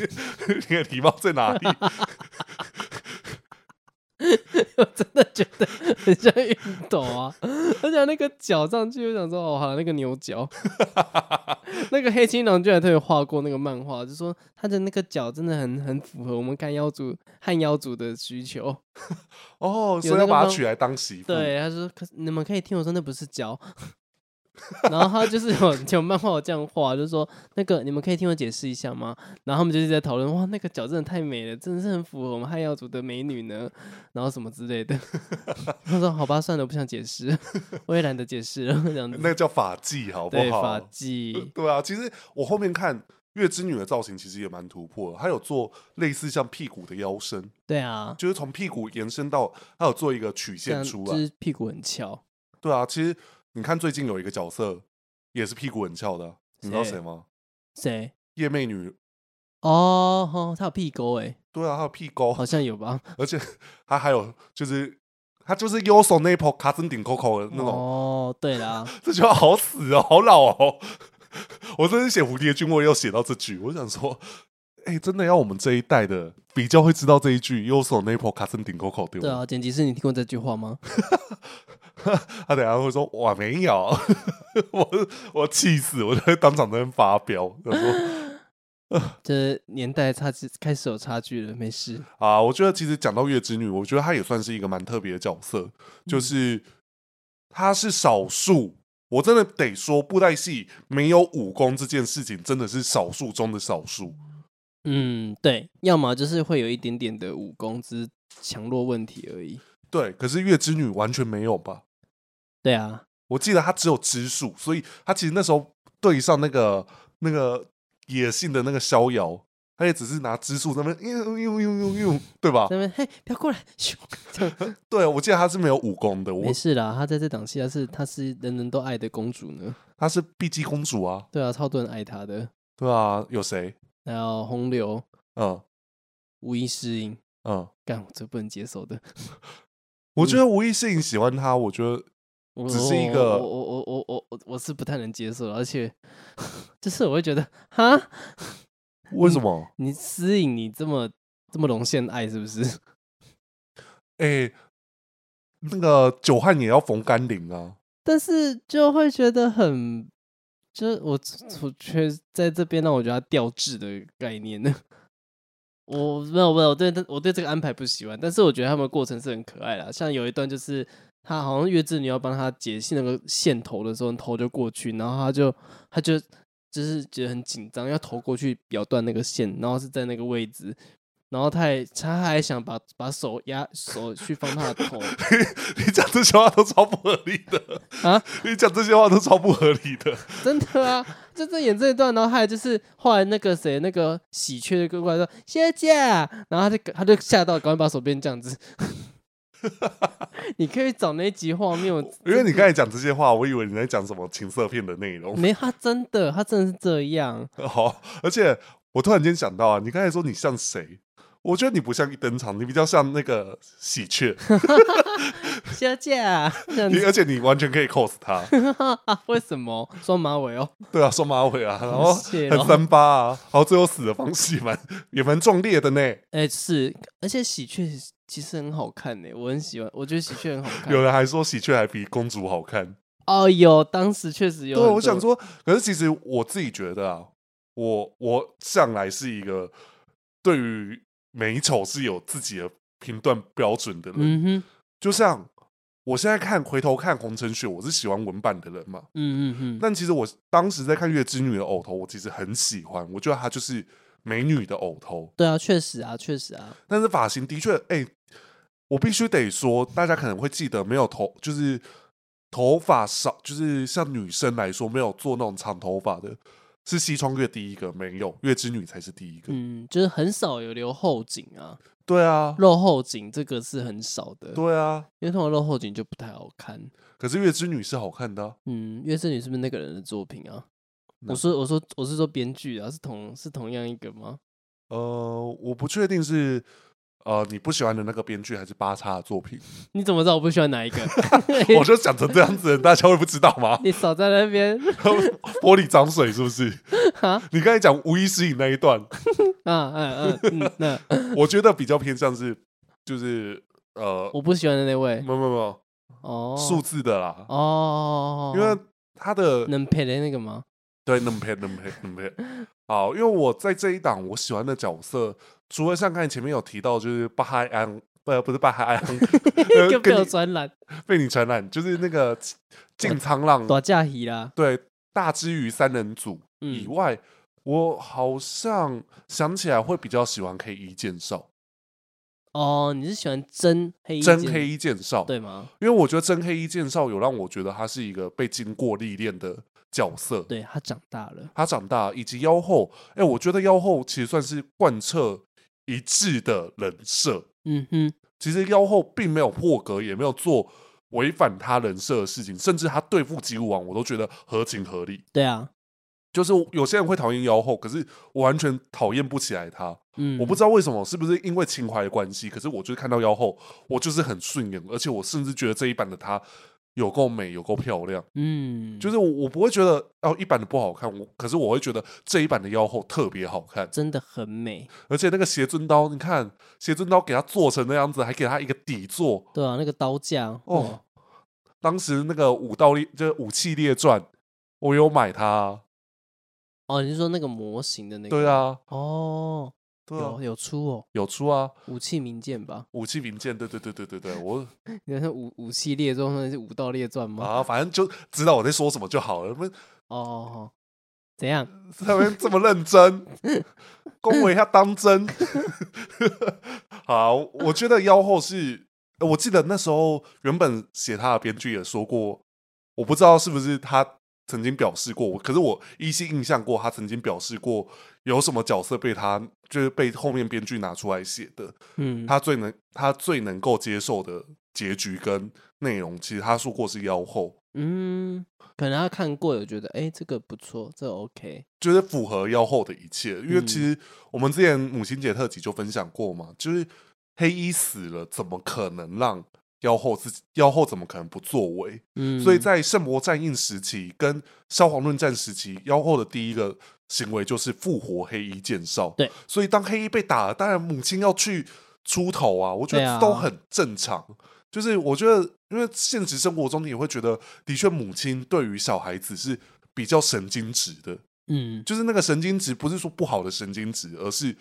你的礼貌在哪里？
我真的觉得很像熨斗啊，而且那个脚上去，我想说，哦，好，那个牛角，那个黑青龙居然特别画过那个漫画，就说他的那个脚真的很很符合我们干腰族汉腰族的需求。
哦，所
有
以
那
要
个
把她
吗
娶来当媳妇。，
对，他说：“可是你们可以听我说，那不是脚。” [laughs] 然后他就是有有漫画有这样画，就是说那个你们可以听我解释一下吗？然后他们就是在讨论，哇，那个脚真的太美了，真的是很符合我们汉药族的美女呢，然后什么之类的。 [laughs] 他说：“好吧，算了，我不想解释，我也懒得解释了。”这样
那
子，
个叫法纪，好不
对
好？
发髻，
对啊，其实我后面看月之女的造型其实也蛮突破的，她有做类似像屁股的腰身，
对啊，
就是从屁股延伸到，她有做一个曲
这
线
样
出
就
来。
是屁股很翘，
对啊，其实你看最近有一个角色也是屁股很翘的啊，你知道
谁
谁吗？
谁？
夜魅女。
哦，吼他有屁沟哎、
对啊，她有屁沟，
好像有吧？
而且他还有就是他就是右手那一泡卡森顶 Coco 的 [laughs] 那种，
哦，对啦，
这句话好死哦，好老哦。 [laughs] 我真是写蝴蝶君，我也有写到这句，我想说，哎、真的要我们这一代的比较会知道这一句右手那一泡卡森顶 Coco [laughs] 对
对
吗？
啊，剪辑师，你听过这句话吗？
[laughs] 他等一下会说哇没有， [laughs] 我我气死，我在当场在那边发飙，我说 [laughs]
这年代差距开始有差距了，没事。
啊，我觉得其实讲到月之女，我觉得她也算是一个蛮特别的角色，
嗯
就是她是少数，我真的得说布袋戏没有武功这件事情真的是少数中的少数。
嗯，对，要么就是会有一点点的武功，只是强弱问题而已。
对，可是月之女完全没有吧？
对啊，
我记得她只有支数，所以她其实那时候对上那个那个野性的那个逍遥，她也只是拿支数在那边呦呦呦呦呦，对吧
那？边嘿，不要过来， [laughs] 咻，这样
对，啊我记得她是没有武功的，我
没事啦。她在这档戏，她是她是人人都爱的公主呢。
她是碧姬公主啊，
对啊，超多人爱她的。
对啊，有谁？
还有洪流、
嗯
无一适应，
嗯。
干我这不能接受的。
我觉得无意识你喜欢他，我觉得
我
只是一个
我我我我我我是不太能接受的，而且 [laughs] 就是我会觉得，哈，
为什么？
你私隐你这么这么沦陷爱是不是？
哎、那个久旱也要逢甘霖啊！ [laughs]
但是就会觉得很，就是我我却在这边让我觉得它掉质的概念呢。 [laughs] 我没有没有，我对我对这个安排不喜欢，但是我觉得他们过程是很可爱啦。像有一段就是他好像月之女要帮他解析那个线头的时候，头就过去，然后他就他就就是觉得很紧张，要头过去咬断那个线，然后是在那个位置，然后他还他还想把把手压手去放他的头
你讲这些话都超不合理的，
啊，
你讲这些话都超不合理的。
真的啊，就在演这一段，然后还有就是后来那个谁，那个喜鹊就过来说谢谢，然后他就他就吓到，赶快把手变这样子。 [laughs] 你可以找那一集画面，我
因为你刚才讲这些话，我以为你在讲什么情色片的内
[laughs]
容。
没他真的，他真的是这样。
好，而且我突然间想到啊，你刚才说你像谁？我觉得你不像一登场，你比较像那个喜
[laughs]
鹊，
谢谢，这样
你
子
而且你完全可以 cos
[laughs]
他，
为什么双马尾哦？
对啊，双马尾啊，然后
谢
很
咯
三八啊，然后最后死的方式也蛮也蛮壮烈的呢。
哎、是，而且喜鹊其实很好看呢、我很喜欢，我觉得喜鹊很好看。
有人还说喜鹊还比公主好看。
哦，有，当时确实有
对，
很多。
我想说，可是其实我自己觉得啊，我我向来是一个对于美丑是有自己的评断标准的人，
嗯哼，
就像我现在看回头看红尘雪，我是喜欢文版的人嘛，
嗯嗯嗯，
但其实我当时在看《月之女》的偶头，我其实很喜欢，我觉得她就是美女的偶头，
对啊，确实啊，确实啊，
但是发型的确，哎、我必须得说，大家可能会记得没有头，就是头发少，就是像女生来说没有做那种长头发的，是西窗月第一个，没有月之女才是第一个。
嗯，就是很少有留后颈啊，
对啊，
露后颈这个是很少的，
对啊，
因为通常露后颈就不太好看。
可是月之女是好看的啊、
嗯，月之女是不是那个人的作品啊？
那
我说我说我是说编剧啊，是同是同样一个吗？
呃，我不确定是。呃，你不喜欢的那个编剧还是巴叉的作
[laughs]
品？
你怎么知道我不喜欢哪一个？
[laughs] 我就讲成这样子，大家会不知道吗？ [laughs]
你少在那边
玻璃涨水是不
[laughs]
是？
啊
你刚才讲无意识影那一段，
啊嗯嗯嗯，那
我觉得比较偏向是，就是呃，
我不喜欢的那位
没有没有没有
哦，
数字的啦，
哦，
因为他的 [laughs]
能配的那个吗？
对能配能配能配。好，因为我在这一档我喜欢的角色，除了像刚才前面有提到，就是巴哈安，不不是巴哈安， [laughs]
[laughs]
呃
又被
跟
我
你
转染
被你传染，就是那
[laughs]
个进苍浪
打架戏啦，
对大之鱼三人组以
嗯，
外，我好像想起来会比较喜欢 K 一剑少，
哦，你是喜欢真黑衣
真
剑
黑一剑少，
对吗？
因为我觉得真黑一剑少有让我觉得他是一个被经过历练的角色。
对他长大了，
他长大以及妖后，哎，我觉得妖后其实算是贯彻一致的人设。
嗯哼，
其实妖后并没有破格，也没有做违反他人设的事情，甚至他对付吉武王，我都觉得合情合理。
对啊，
就是有些人会讨厌妖后，可是我完全讨厌不起来他。
嗯，
我不知道为什么，是不是因为情怀的关系？可是我就是看到妖后，我就是很顺眼，而且我甚至觉得这一版的她有够美，有够漂亮。
嗯，
就是是我我不会觉得哦一版的不好看，我可是我会觉得这一版的妖后特别好看，
真的很美，
而且那个斜尊刀，你看斜尊刀给它做成那样子，还给它一个底座
对啊，那个刀架
哦
哦，。
当时那个武道列就是武器列传，我有买它，啊
哦，你是说那个模型的那个？
对，啊，
哦，
对啊
有，有出哦，
有出啊，
武器名剑吧？ [laughs]
武器名剑，对对对对对对，我
你看武武器列传或者是武道列传吗？
啊，反正就知道我在说什么就好了，不是
哦哦哦，怎样？
他们这么认真，恭维一下当真。 [laughs] 好，我觉得妖后是，呃我记得那时候原本写他的编剧也说过，我不知道是不是他曾经表示过，我可是我依稀印象过他曾经表示过有什么角色被他就是被后面编剧拿出来写的，
嗯，
他最能他最能够接受的结局跟内容，其实他说过是妖后。
嗯，可能他看过有觉得，哎、这个不错，这个 OK，
就是符合妖后的一切，因为其
嗯
实我们之前母亲节特辑就分享过嘛，就是黑衣死了，怎么可能让妖后自己？妖后怎么可能不作为？
嗯，
所以在圣魔战印时期跟消黄论战时期，妖后的第一个行为就是复活黑衣剑少。
对，
所以当黑衣被打了，当然母亲要去出头啊，我觉得
对啊
这都很正常。就是我觉得，因为现实生活中你也会觉得，的确母亲对于小孩子是比较神经质的。
嗯，
就是那个神经质，不是说不好的神经质，而是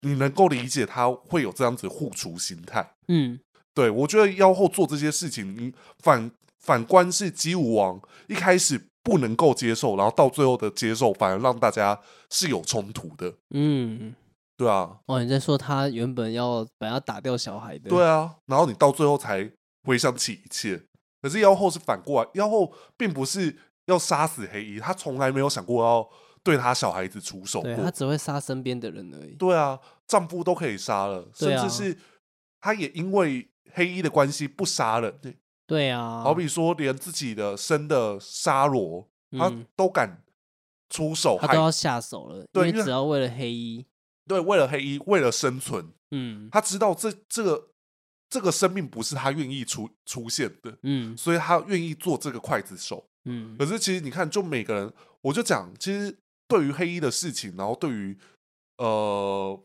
你能够理解他会有这样子的互除心态。
嗯，
对我觉得妖后做这些事情，你反反观是姬武王一开始不能够接受，然后到最后的接受，反而让大家是有冲突的。
嗯，
对啊，
哦，你在说他原本要本来要打掉小孩的，
对啊，然后你到最后才回想起一切。可是妖后是反过来，妖后并不是要杀死黑衣，她从来没有想过要对她小孩子出手
对，
过。
他只会杀身边的人而已，
对啊，丈夫都可以杀了，
对
甚
啊
至是他也因为黑衣的关系不杀了。对，
对啊，
好比说连自己的生的沙罗，他
嗯
都敢出手
他
害
都。要下手了，
对因
因为
为
只要为了黑衣，
对，为了黑衣，为了生存，
嗯
他知道这这个这个生命不是他愿意出出现的，
嗯
所以他愿意做这个刽子手。
嗯
可是其实你看，就每个人，我就讲，其实对于黑衣的事情，然后对于呃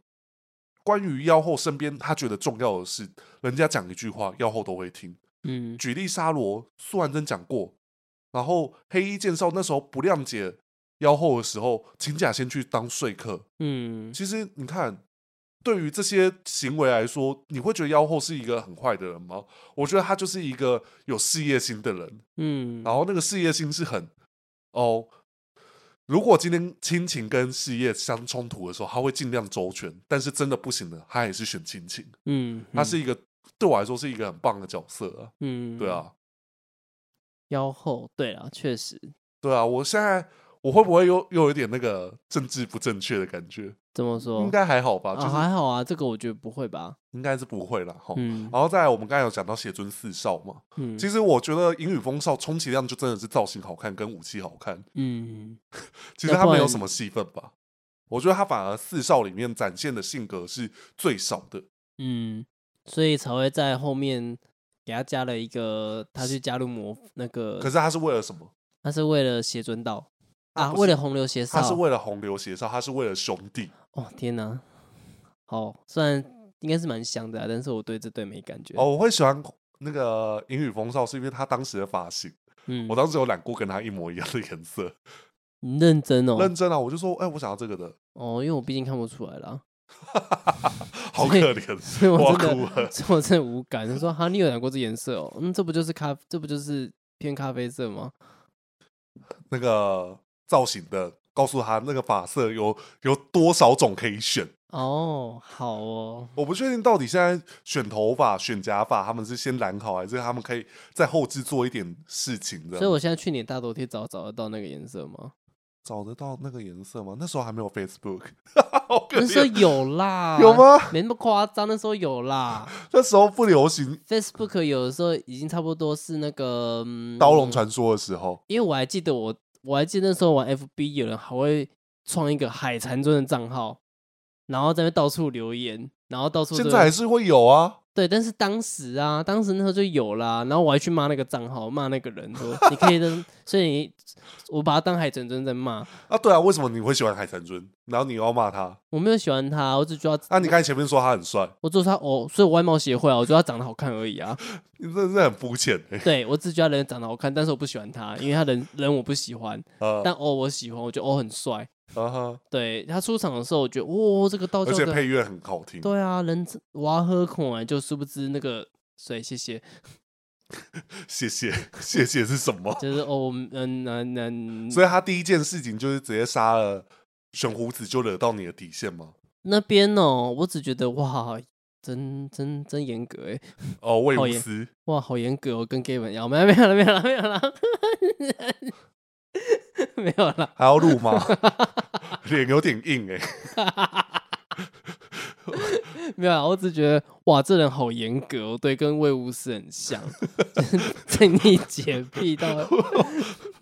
关于妖后身边他觉得重要的事，人家讲一句话，妖后都会听。
嗯
举例沙罗，苏完真讲过，然后黑衣剑少那时候不谅解妖后的时候，请假先去当说客。
嗯，
其实你看，对于这些行为来说，你会觉得妖后是一个很坏的人吗？我觉得他就是一个有事业心的人，
嗯，
然后那个事业心是很哦。如果今天亲情跟事业相冲突的时候，他会尽量周全，但是真的不行的，他也是选亲情。
嗯，
他是一个对我来说是一个很棒的角色啊，
嗯，嗯
对，啊，
腰后，对啊，确实，
对啊。我现在我会不会又又有一点那个政治不正确的感觉？
怎么说？
应该还好吧，
啊
就是
还好啊，这个我觉得不会吧？
应该是不会啦。哈。
嗯
然后再来，我们刚才有讲到写尊四少嘛，
嗯
哦其实我觉得银羽风少充其量就真的是造型好看跟武器好看，
嗯
其实
要
他
不
没有
然
什么戏份吧。我觉得他反而四少里面展现的性格是最少的，
嗯，所以才会在后面给他加了一个，他去加入魔那个，
可是他是为了什么？
他是为了邪尊道啊，
不是
为了洪流邪少，
他是为了洪流邪少，他是为了兄弟。
哦天哪，好，虽然应该是蛮香的、啊，但是我对这对没感觉。
哦，我会喜欢那个银羽风少，是因为他当时的发型，
嗯，
我当时有染过跟他一模一样的颜色。
你认真哦，
认真啊，我就说，哎、我想要这
[laughs]
个的，
哦，因为我毕竟看不出来
[laughs]
啦，
好可
所以
怜，
所以
我
我
要
真
哭
的，
了。
[laughs] 所以我真的无感。就说哈，你有染过这颜色哦？嗯，这不就是咖，这不就是偏咖啡色吗？
那个造型的，告诉他那个发色有有多少种可以选。
哦，好哦，
我不确定到底现在选头发、选假发，他们是先染好，还是他们可以在后置做一点事情的。
所以我现在去你的大头贴找找得到那个颜
[laughs]
色吗？
找得到那个颜色吗？那时候还没有 Facebook，好 [laughs] 可
嗯那时候
怜。
有啦，
有？吗？
没那么夸张，那时候有啦。
那时候不流行
Facebook 有的时候已经差不多是那个、嗯
《刀龙传说》的时候，
因为我还记得我，我还记得那时候玩 FB，有人还会创一个海蟾尊的账号，然后在那边到处留言，然后到处
现
这
在
个
还是会有啊。
对，但是当时啊，当时那时候就有啦，然后我还去骂那个账号，骂那个人说你可以的，所以你我把他当海整尊在骂，
啊，对啊，为什么你会喜欢海神尊？然后你又要骂他？
我没有喜欢他，我只觉得他
啊，你刚才前面说他很帅，
我只是他哦，所以我外貌协会啊，我觉得他长得好看而已啊，
你真的是很肤浅欸。
对我只觉得他人长得好看，但是我不喜欢他，因为他人人我不喜欢，
呃，
但哦我喜欢，我觉得哦很帅，
啊哈，
对他出场的时候，我觉得哦这个道
而
教
且
的，
配乐很好听。
对啊，人真我要喝孔哎，就殊不知那个。所以谢谢，
谢谢， [laughs] 谢谢是什么？
就是哦，我们嗯嗯嗯，
所以他第一件事情就是直接杀了玄胡子，就惹到你的底线吗？
那边哦，我只觉得哇，真真真严格哎，
哦，魏
好
无
耶
私，
哇，好严格哦，跟 gay 们一样，没有没有了，没有了，没有了， [laughs] 没有了，
还要录吗？ [laughs] 脸有点硬哎、
没有了，我只觉得哇，这人好严格哦，对，跟魏无私很像， [laughs] 正义洁癖
[laughs]
到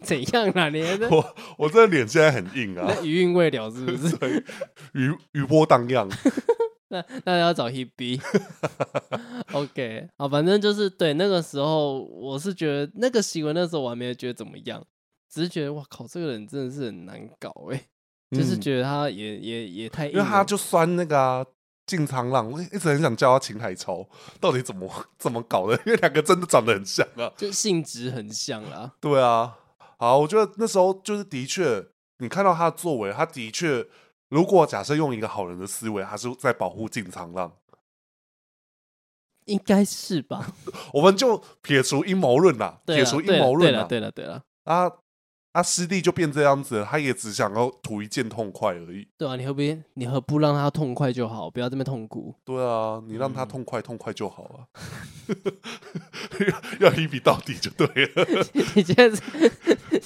怎样啦？你还在
我我这脸现在很硬啊，
那余韵未了 [laughs] 是不是？
对，余余波荡漾。
那那要找
[laughs]
Hebe。OK，好，反正就是对那个时候，我是觉得那个行为，那时候我还没有觉得怎么样，只是觉得哇靠，这个人真的是很难搞哎、 [laughs] 就是
嗯
觉得他也也也太硬
因
了，
为他就酸那个啊，进苍浪，我一直很想叫他秦海潮，到底怎么怎么搞的？因 [laughs] 为两个真的长得很像啊。
就性质很像啦。
对啊，好，我觉得那时候就是的确，你看到他的作为，他的确，如果假设用一个好人的思维，他是在保护进苍浪。
应该是
[laughs]
吧？
我们就撇除阴谋论啦，
对
撇
啦
除阴
对啦
谋论
对了，
啦，
对了，对了，
啊啊，师弟就变这样子了，他也只想要图一件痛快而已。
对啊，你何必你何不让他痛快就好，不要这么痛苦。
对啊，你让他
嗯
痛快痛快就好啊， [laughs] 要一比到底就对了。
[laughs] [laughs] 你现在是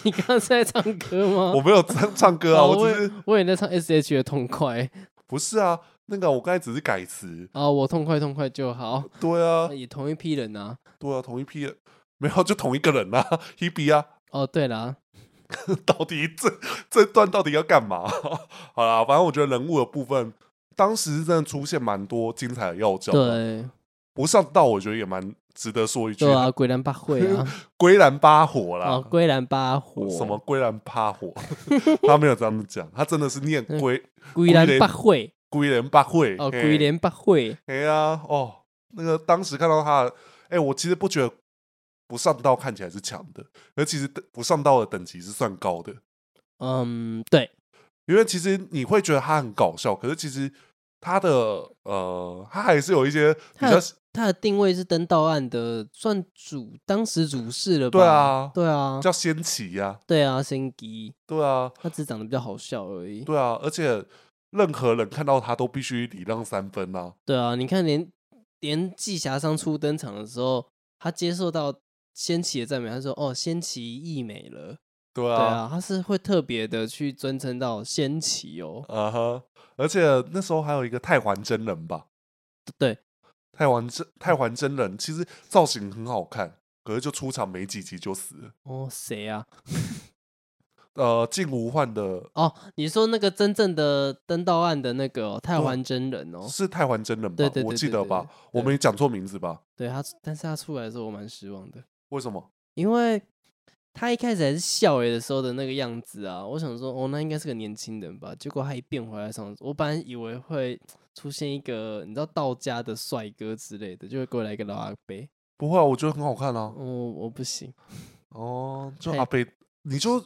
你刚刚是在唱歌吗？
我没有唱唱歌啊，
哦
我
我
只是
以我也在唱 S H 的痛快
不是啊，那个我刚才只是改词。
啊，我痛快痛快就好。
对啊
那，也同一批人啊。
对啊，同一批人，没有就同一个人啊，Hebe [laughs] 啊，
哦，对啦，
到底这这段到底要干嘛？ [laughs] 好啦，反正我觉得人物的部分，当时真的出现蛮多精彩的要角。，
对
不上道我觉得也蛮值得说一句
对。啊，鬼兰八会啊，
[laughs] 归然巴火啦，
哦，龟兰八火，
什么归然巴火， [laughs] 他没有这样讲，他真的是念
嗯
归
龟兰八会？
归然巴会
哦，
嘿
龟兰八会，
哎呀，哦，那个当时看到他的，哎，我其实不觉得不上道看起来是强的，而其实不上道的等级是算高的。
嗯，对，
因为其实你会觉得他很搞笑，可是其实他的呃，他还是有一些比
他
较
的他的定位是登道案的，算主当时主事了吧？
对啊
对啊
比，较仙奇呀、
对啊，仙吉，
对啊，
他只长得比较好笑而已。
对啊，而且任何人看到他都必须礼让三分啊，
对啊，你看连连季霞当初登场的时候，他接受到仙奇的赞美，他说：“哦，仙奇溢美了。”
对
对
啊，
啊，他是会特别的去尊称到仙奇哦。
啊哈，而且那时候还有一个太环真人吧，
对，
太环真太环真人其实造型很好看，可是就出场没几集就死了。
哦，谁啊？
呃，静无患的
哦，你说那个真正的登道案的那个、哦、太
对
环真人哦，
是太环真人吧？
对对对
我记得吧？
对
我没讲错名字吧？
对他，但是他出来的时候我蛮失望的，
为什么？
因为他一开始还是笑诶的时候的那个样子啊，我想说哦，那应该是个年轻人吧，结果他一变回来上，我本来以为会出现一个你知道道家的帅哥之类的，就会过来一个老阿伯，
不会啊，我觉得很好看啊。
哦，我不行，
哦，就
太
阿贝，你就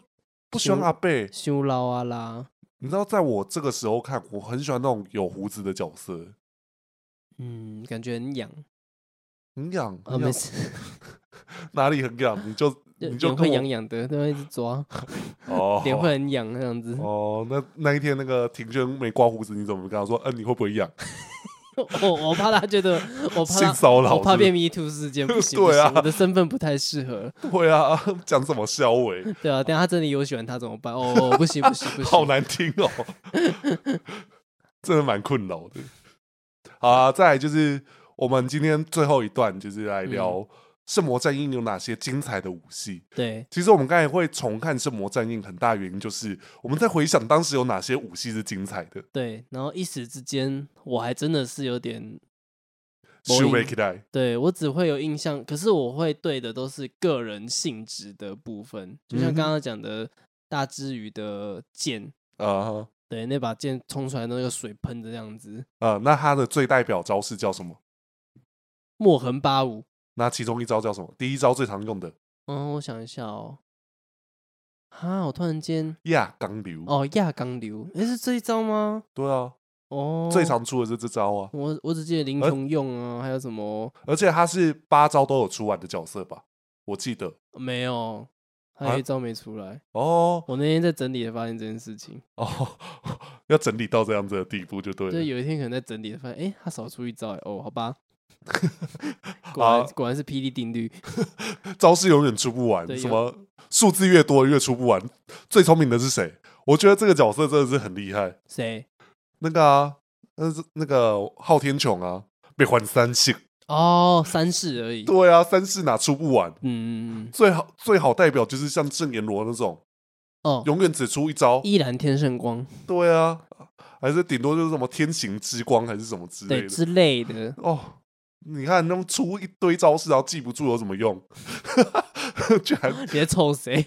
不喜欢
羞
阿贝？
修捞啊啦，
你知道，在我这个时候看，我很喜欢那种有胡子的角色，
嗯，感觉很痒
很痒，
啊，
很
没
痒
事，
哪里很
[laughs]
痒？你就
就
你就
脸
跟
会
我
痒痒的，都会一直抓，
哦，
[laughs] 脸会很痒那样子，
哦。那那一天那个庭轩没刮胡子，你怎么没跟他说？嗯、你会不会痒？
[laughs] 我我怕他觉得，我怕
性
他。
骚扰？
我怕
是不是
变 Me Too 事件，
[laughs]
不行，
对
不行
啊
我的身份不太适合。
对啊， [laughs] 讲什么消委？
对啊，等一下他真的有喜欢他怎么办？哦，哦不行不行不行，
[laughs] 好难听哦，真的蛮困扰的。好啊，再来就是我们今天最后一段，就是来聊
嗯
《圣魔战印》有哪些精彩的武戏。
对
其实我们刚才会重看《圣魔战印》，很大原因就是我们在回想当时有哪些武戏是精彩的。
对，然后一时之间我还真的是有点，某
s h u
一
w a k d a
对我只会有印象，可是我会对的都是个人性质的部分，就像
嗯
刚
哼
刚讲的大之鱼的剑，
啊
对，那把剑冲出来的那个水喷的样子，
啊，那他的最代表招式叫什么？
墨痕八五，
那其中一招叫什么？第一招最常用的
嗯，我想一下哦，哈，我突然间，
亚钢流。
哦，亚钢流，诶，是这一招吗？
对啊，
哦，
最常出的是这招啊，
我我只记得林
而
琼用啊，还有什么
而且他是八招都有出完的角色吧？我记得。
没有，还
啊
有一招没出来。
哦
我那天在整理也发现这件事情，
哦， [laughs] 要整理到这样子的地步就对
就
了。
有一天可能在整理，发现哎、诶他少出一招、诶哦，好
[laughs]
吧，果
啊
然果然是霹雳定律，
招式永远出不完，
对
什
有
么数字越多越出不完。最聪明的是谁？我觉得这个角色真的是很厉害。
谁？
那个啊，那是那个昊天穹啊，被还三星。
哦，三世而已，嗯
对啊，三世哪出不完？
嗯，嗯
最好最好代表就是像郑阎罗那种，
哦，
永远只出一招。
依然天圣光，
对啊，还是顶多就是什么天行之光还是什么之类
对
的。
之
[laughs]
类的，
哦，你看那么出一堆招式，然后记不住有什么用？ [laughs] 居然
你在抽谁？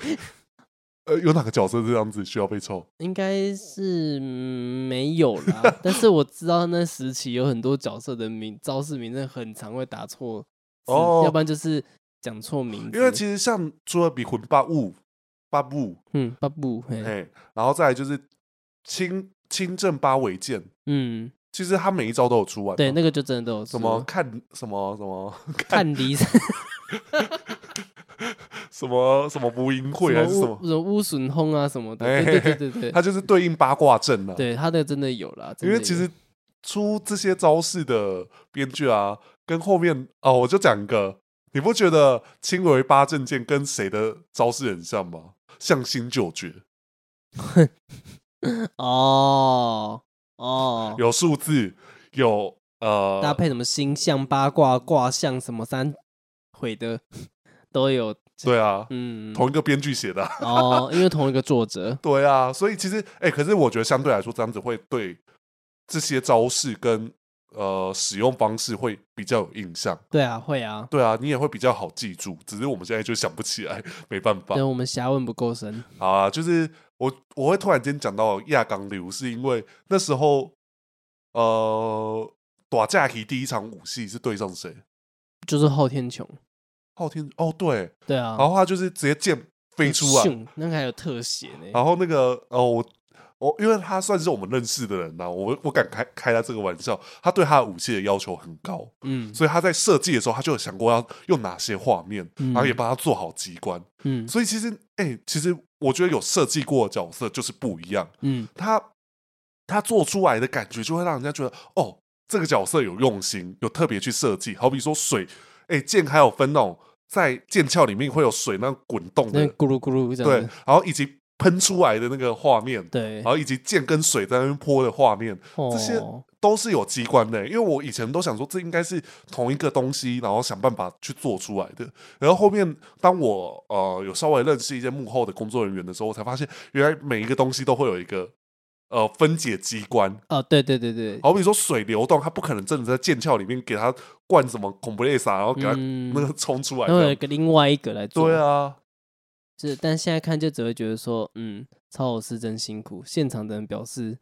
呃，有哪个角色这样子需要被抽？
应该是、嗯没有啦，但是我知道那时期有很多角色的名招式名称很常会打错字，
哦
要不然就是讲错名字，
因为其实像除了比魂八物、八部，
嗯，巴布，嘿
哎，然后再来就是清清正八尾剑，
嗯，
其实他每一招都有出完嘛。
对，那个就真的都有
什
出
么看什么什么
看离什
什么什么无影 [laughs] 会还是什
么
么
乌，什么乌损轰啊什么的，
哎
对对
[laughs]
对对对，
它就是对应八卦阵啊。
对他那个真的有啦，
因
真的
为
有
其实出这些招式的编剧啊，跟后面哦，我就讲一个，你不觉得青为八阵剑跟谁的招式很像吗？像新九绝，
哦哦，
有数字，有呃
搭配什么星象、八卦、卦象什么三毁的 [laughs] 都有，
对啊，
嗯，
同一个编剧写的 [laughs] 啊、
哦，因为同一个作者，
对啊，所以其实哎、可是我觉得相对来说，这样子会对这些招式跟呃使用方式会比较有印象。
[laughs] 对啊，会啊，
对啊，你也会比较好记住，只是我们现在就想不起来，没办法
对。我们侠问不够深，
好啊，就是我我会突然间讲到亚港流，是因为那时候呃，打假期第一场武戏是对上谁？
就是后天穹，
昊天哦，对，
对啊
然，后他就是直接剑飞出来，
咻那个还有特写呢。
然后那个哦，我我因为他算是我们认识的人呐、我我敢开开他这个玩笑，他对他的武器的要求很高，
嗯
所以他在设计的时候，他就有想过要用哪些画面，
嗯
然后也帮他做好机关。
嗯
所以其实，哎、其实我觉得有设计过的角色就是不一样，
嗯，
他他做出来的感觉就会让人家觉得，哦，这个角色有用心，有特别去设计。好比说水，哎、剑还有分那种在剑鞘里面会有水那种滚动
那
的，
咕噜咕噜这
对
样子。，
然后以及喷出来的那个画面，
对
然，后以及剑跟水在那边泼的画面，这些
哦
都是有机关的、因为我以前都想说这应该是同一个东西，然后想办法去做出来的。然后后面当我呃有稍微认识一些幕后的工作人员的时候，我才发现原来每一个东西都会有一个呃分解机关。
哦，对对对对，
好比说水流动，它不可能真的在剑鞘里面给它灌什么恐怖类啥，然后给它
嗯
那个冲出来
然后
这
有一
样。
个另外一个来做。
对，啊，
是，但现在看就只会觉得说，嗯，超老师真辛苦。现场的人表示，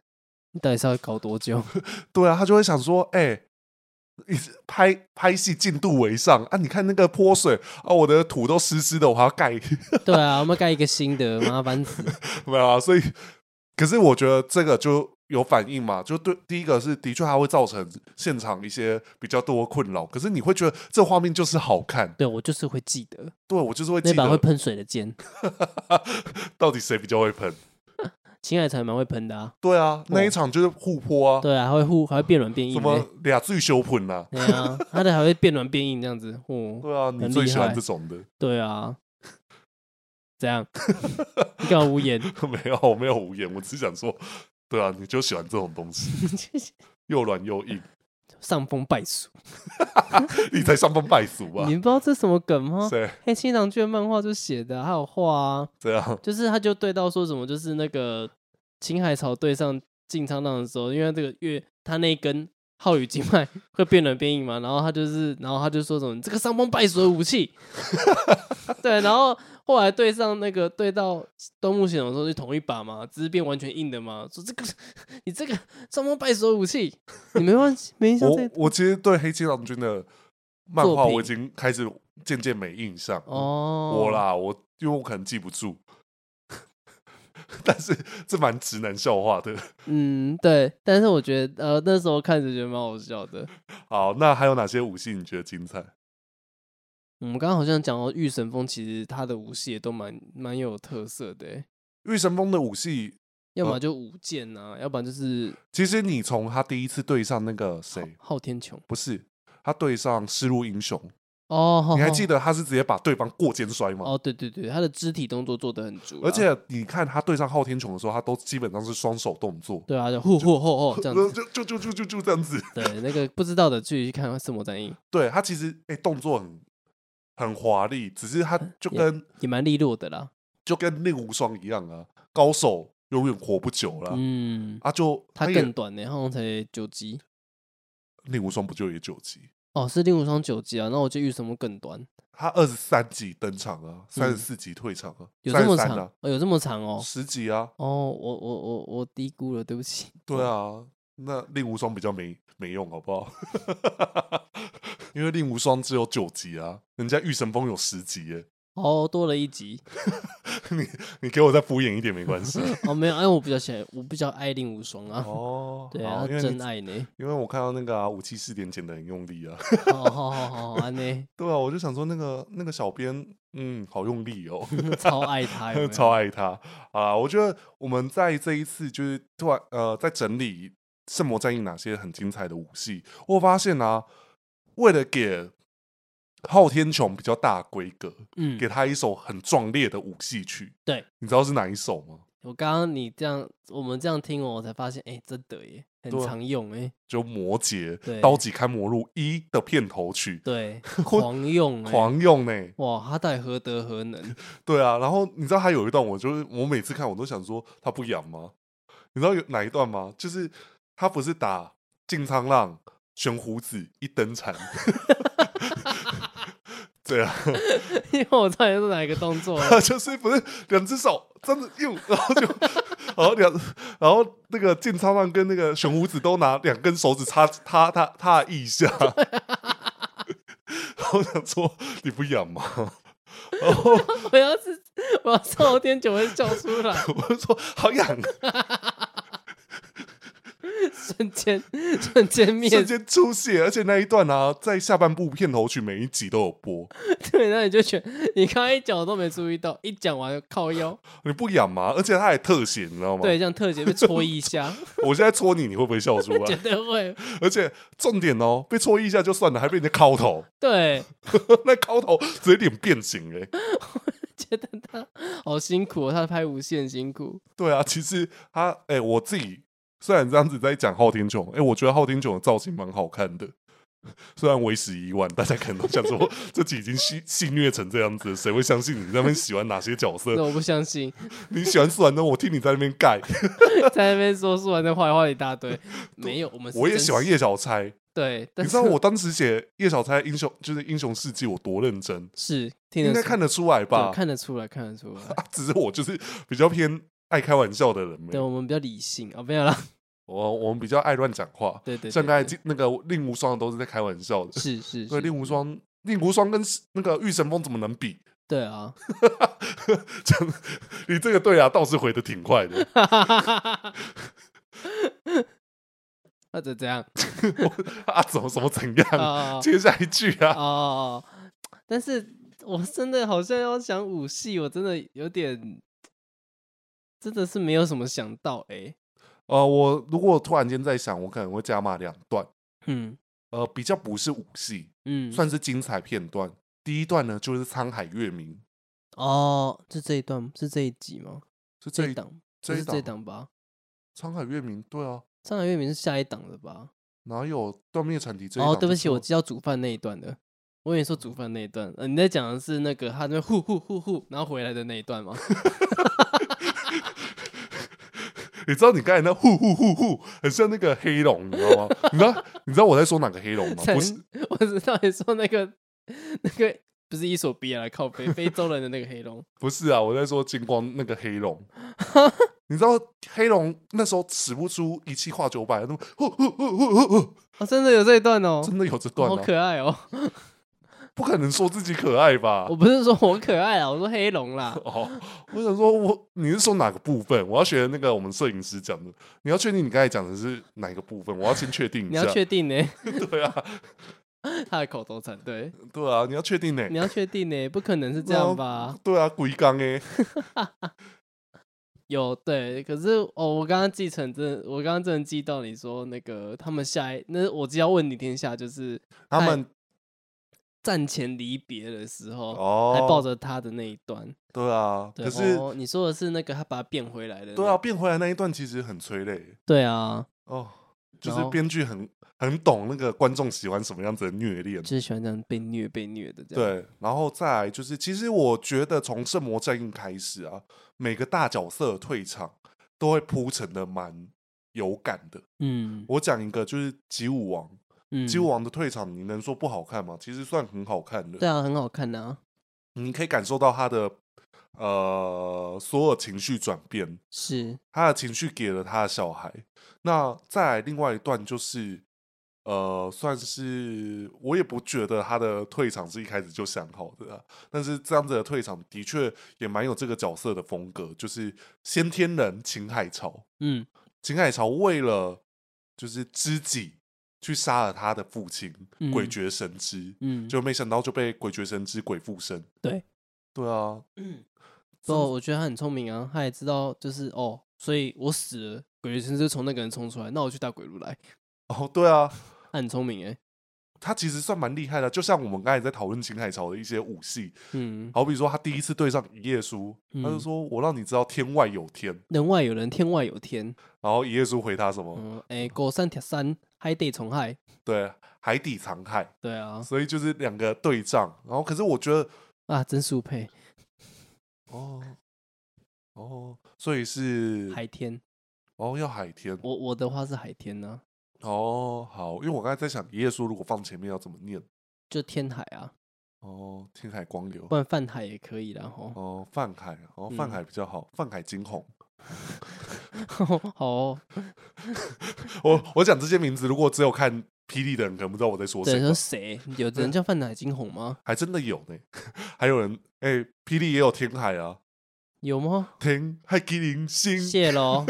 你到底是要搞多久？ [laughs]
对啊，他就会想说，哎、一直拍拍戏进度为上啊！你看那个泼水啊，我的土都湿湿的，我还要盖，
对啊，我们盖一个新的，麻烦死。
[laughs] 没有啊。所以，可是我觉得这个就有反应嘛，就对，第一个是的确它会造成现场一些比较多困扰，可是你会觉得这画面就是好看，
对我就是会记得
对我就是会
那
[laughs] 记
把会
得
喷水的剑，
到底谁比较会喷。
青海才蛮会喷的啊。
对啊，那一场就是互泼啊，
对啊，还会互还会变软变硬
什
呢、
么俩最羞喷
[laughs]
呐，
对啊，他的还会变软变硬这样子。哦，
对啊，你
很
最
厉
喜欢
害
这种的。 [laughs]
对啊，怎样？你干嘛无言？ [laughs]
没有，我没有无言，我只是想说，对啊，你就喜欢这种东西，又软又硬， [laughs]
上风败俗，
你才伤风败俗吧
你？们不知道这什么梗吗？
谁
黑青狼居然漫画就写的啊，还有画啊，
这样？
就是他就对到说什么，就是那个秦海潮对上进苍浪的时候，因为这个月他那一根浩宇经脉 [laughs] 会变软变硬嘛，然后他就是，然后他就说什么这个伤风败俗的武器， [laughs] 对，然后后来对上那个对到东木显的时候就同一把嘛，只是变完全硬的嘛，说这个你这个伤风败俗的武器，你没关系，没印象这
我我其实对黑金郎君的漫
作
画，
品
我已经开始渐渐没印象。
哦，
我，啦，我因为我可能记不住， [laughs] 但是这蛮直男笑话的。
嗯，对，但是我觉得呃那时候看着觉得蛮好笑的。
好，那还有哪些武戏你觉得精彩？
我们刚刚好像讲到御神风，其实它的武器也都蛮蛮有特色的欸，
玉神风的武戏，
要么
呃
就舞剑啊，要不然就是
其实你从他第一次对上那个谁，
昊天穹。
不是他对上失路英雄，
哦，
你还记
得？
得他是直接把对方过肩摔吗？
哦，对对对，他的肢体动作做的很足啊，
而且你看他对上昊天穹的时候，他都基本上是双手动作，
对啊，就呼呼吼吼这样
然后 [laughs]
子。
就就就就就就这样子。
对，那个不知道的去看看圣魔战役
对他其实哎、动作很很华丽，只是他就
嗯也
跟
也蛮利落的啦。
就跟令无双一样啊，高手永远活不久了、
嗯，
啊就
他
也
更短呢，好像才九级。
令无双不就也九级？
哦，是令狐冲九级啊，那我就御神风更短，
他二十三级登场啊，三十四级退场啊，
嗯有
33
这么长
啊，？
哦，有这么长哦。
十级啊，
哦，我我我我低估了，对不起。
对啊，
哦
那令无双比较没没用，好不好？ [laughs] 因为令无双只有九级啊，人家御神风有十级耶、
哦，多了一级。
你你给我再敷衍一点没关系。
哦，没有，因为我比较喜欢，我比较爱令无双 [laughs] 啊。
哦，
对
好
啊，
因
他
为
真
你
爱呢。 [laughs]
因为我看到那个啊，武器四点剪的很用力啊， [laughs]
好好好好好，安呢， [laughs]
对啊，我就想说那个那个小编，嗯，好用力哦，
超爱他有没有，
[laughs] 超爱他啊！我觉得我们在这一次就是突然呃，在整理《圣魔战役》哪些很精彩的武戏，我发现啊，为了给昊天穹比较大的规格，
嗯
给，他一首很壮烈的武戏曲，
对，
你知道是哪一首吗？
我刚刚你这样，我们这样听哦，我才发现，哎，真的耶，很
对啊
常用哎，
就《魔劫
对
刀戟开魔录一》的片头曲， [laughs]
对，狂用哎，
狂用呢、
哇，他到底何德何能？ [laughs]
对啊，然后你知道还有一段，我就是我每次看我都想说他不痒吗？你知道有哪一段吗？就是他不是打进苍浪悬胡子一登场， [laughs] 对啊， [laughs]
因为我到底是哪一个动作啊？ [laughs]
他就是不是两只手这样子用，然后就然后两然后那个进苍浪跟那个悬胡子都拿两根手指插他他他腋下，然 [laughs] 后我想说你不痒吗？
我要是我朝天酒会笑出来，
[laughs] 我就说好啊痒，
瞬间瞬间灭
瞬间出血，而且那一段啊，在下半部片头曲每一集都有播。
对，那你就觉得你刚刚一讲我都没注意到，一讲完就靠腰，
你不痒吗？而且它还特写，你知道吗？
对，，像特写被戳
[laughs]
一下，
我现在戳你，你会不会笑出
[laughs] 绝
来？
对会，
而且重点哦，被戳一下就算了，还被人家敲头， [laughs]
[laughs] 对，
那敲头直接脸变形哎、
觉得他好辛苦、哦，他拍无限
[laughs]
辛苦，
对啊，其实他哎、我自己虽然这样子在讲昊天炯，哎、我觉得昊天炯的造型蛮好看的。虽然为时已晚，大家可能都想说这集已经戏戏虐成这样子，谁会相信你在那边喜欢哪些角
[laughs] 那
色？
我不相信，
你喜欢苏完呢？我听你在那边盖，
在那边说说完的坏话一
[laughs]
大堆，没有，我们是
我也
真
喜欢
实
叶小钗。
[laughs] 对，
你
但
知
是
道我当时写叶小钗英雄就是英雄事迹，我多认真，
是听
应
得
该
出
看得出来吧
对？看得出来，看得出来，
[laughs] 啊只是我就是比较偏爱开玩笑的人没
对
有，
我们比较理性啊，没有啦， [laughs]
我我们比较爱乱讲话。
对对，
像
对
刚才
对
进那个令无双都是在开玩笑 [laughs] 的，
[laughs] 是是
所以
是
令无双。令无双跟那个御神风怎么能比？ [laughs]
对啊， [laughs]
这样你这个对啊，倒是回的挺快的。 [laughs]
那怎
[laughs]
怎样？
我啊，怎么怎么怎样？
啊
接下一句啊，
哦，但是我真的好像要想武戏，我真的有点，真的是没有什么想到哎、
呃，我如果突然间在想，我可能会加码两段，
嗯
呃，比较不是武戏，
嗯，
算是精彩片段。第一段呢，就是沧海月明，
哦，是这一段是这一集吗？
是
这
这
一
一
档
这一
不是这
档
档吧？
沧海月明，对啊，
上海月明是下一档的吧？
哪有断灭传奇这一
哦，
档
对不
是
起，我
吗
知道煮饭那一段的。我以为说煮饭那一段，呃，你在讲的是那个他那边呼呼呼呼，然后回来的那一段吗？
哦你知道你刚才那呼呼呼呼，很像那个黑龙，你知道吗？你知道你知道我在说哪个黑龙吗？
才
不是，
[laughs] 我知道你说那个那个不是伊索比亚来靠非非洲人的那个黑龙，
不是啊，我在说金光那个黑龙。
[laughs]
你知道黑龙那时候使不出一气化九百， [laughs] 那么呼呼呼呼呼呼，
哦，真的有这一段哦，
真的有这段
好
啊？
可爱哦！
不可能说自己可爱吧。
[laughs] 我？不是说我可爱啦，我说黑龙啦
啊哦，我想说我，你是说哪个部分？我要学那个我们摄影师讲的，你要确定你刚才讲的是哪一个部分，我要先确定一
你
下
要。确定呢、 [laughs]
对啊，
他的口头禅对，
[laughs] 对啊，你要确定呢、
你要确定呢、不可能是这样吧？
对啊，鬼刚哎，
有对，可是哦，我刚刚继承真的，我刚刚真的记到你说那个他们下一，那我只要问你天下，就是
他们
战前离别的时候，
哦，
还抱着他的那一段。
对啊，
对，
可是、
哦、你说的是那个他把他变回来的那，
对啊，变回来那一段其实很催泪
对啊，
哦，就
然
是
后
编剧很很懂那个观众喜欢什么样子的虐恋
就。是喜欢这样被虐被虐的这样。
对，然后再来就是，其实我觉得从圣魔战役开始啊，每个大角色的退场都会铺陈的蛮有感的。
嗯
我讲一个，就是吉武王，
嗯，
吉武王的退场，你能说不好看吗？其实算很好看的，
对啊，很好看呐、啊，
你可以感受到他的呃所有情绪转变，
是
他的情绪给了他的小孩。那再来另外一段就是，呃，算是我也不觉得他的退场是一开始就想好的、啊，但是这样子的退场的确也蛮有这个角色的风格，就是先天人秦海潮，
嗯
秦海潮为了就是知己去杀了他的父亲、
嗯
鬼绝神之，
嗯，
就没想到就被鬼绝神之鬼附身。
对，
对啊，
不过我觉得他很聪明啊，他也知道就是哦，所以我死了，鬼神就从那个人冲出来，那我去打鬼路来，
哦，对啊，
他很聪明哎、
他其实算蛮厉害的，就像我们刚才在讨论秦海潮的一些武戏，
嗯，
好比说他第一次对上一页书，他就
嗯
说我让你知道天外有天，
人外有人，天外有天，
然后一页书回他什么？
嗯，哎、狗山铁山，海得虫害，
对，海底藏海，
对啊，
所以就是两个对仗。然后可是我觉得，
啊，真速配，
哦哦，所以是
海天，
哦要海天
我我的话是海天啊呢、
哦好，因为我刚才在想一页书如果放前面要怎么念
就天海啊，
哦，天海光流
不然泛海也可以啦吼，
哦，泛海哦，泛
嗯
海比较好，泛海惊鸿。
[laughs] 好哦，
我我讲这些名字，如果只有看霹雳的人，可能不知道我在啊说
对，
谁
说
吧，
谁？有人叫泛海惊鸿吗？
[laughs] 还真的有呢。还有人，哎、霹雳也有天海啊，
有
[laughs]
吗？
天海麒麟星，
谢
[laughs]
喽。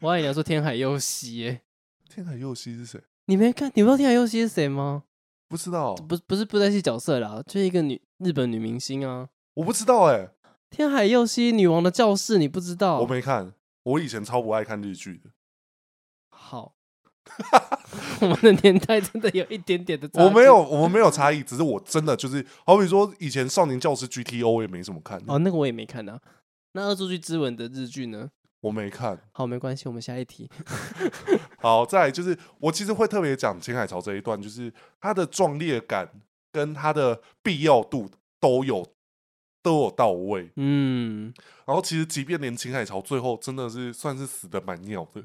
我还以为你要说天海佑希耶，
天海佑希是谁？
你没看？你不知道天海佑希是谁吗？
不知道，
不，不是布袋戏角色啦，就是一个女日本女明星啊。
我不知道哎，
天海佑希，女王的教室，你不知道？
我没看。我以前超不爱看日剧
[laughs]
的，
好， [laughs] 我们的年代真的有一点点的。
我没有，。我们没有差异，只是我真的就是，好比说以前《少年教师 GTO》我也没怎么看，
哦，那个我也没看啊。那《恶作剧之吻》的日剧呢？
我没看。
好，没关系，我们下一题。
好，再来就是我其实会特别讲秦海潮这一段，就是他的壮烈感跟他的必要度都有都有到位。
嗯，
然后其实即便连秦海潮最后真的是算是死的蛮鸟的，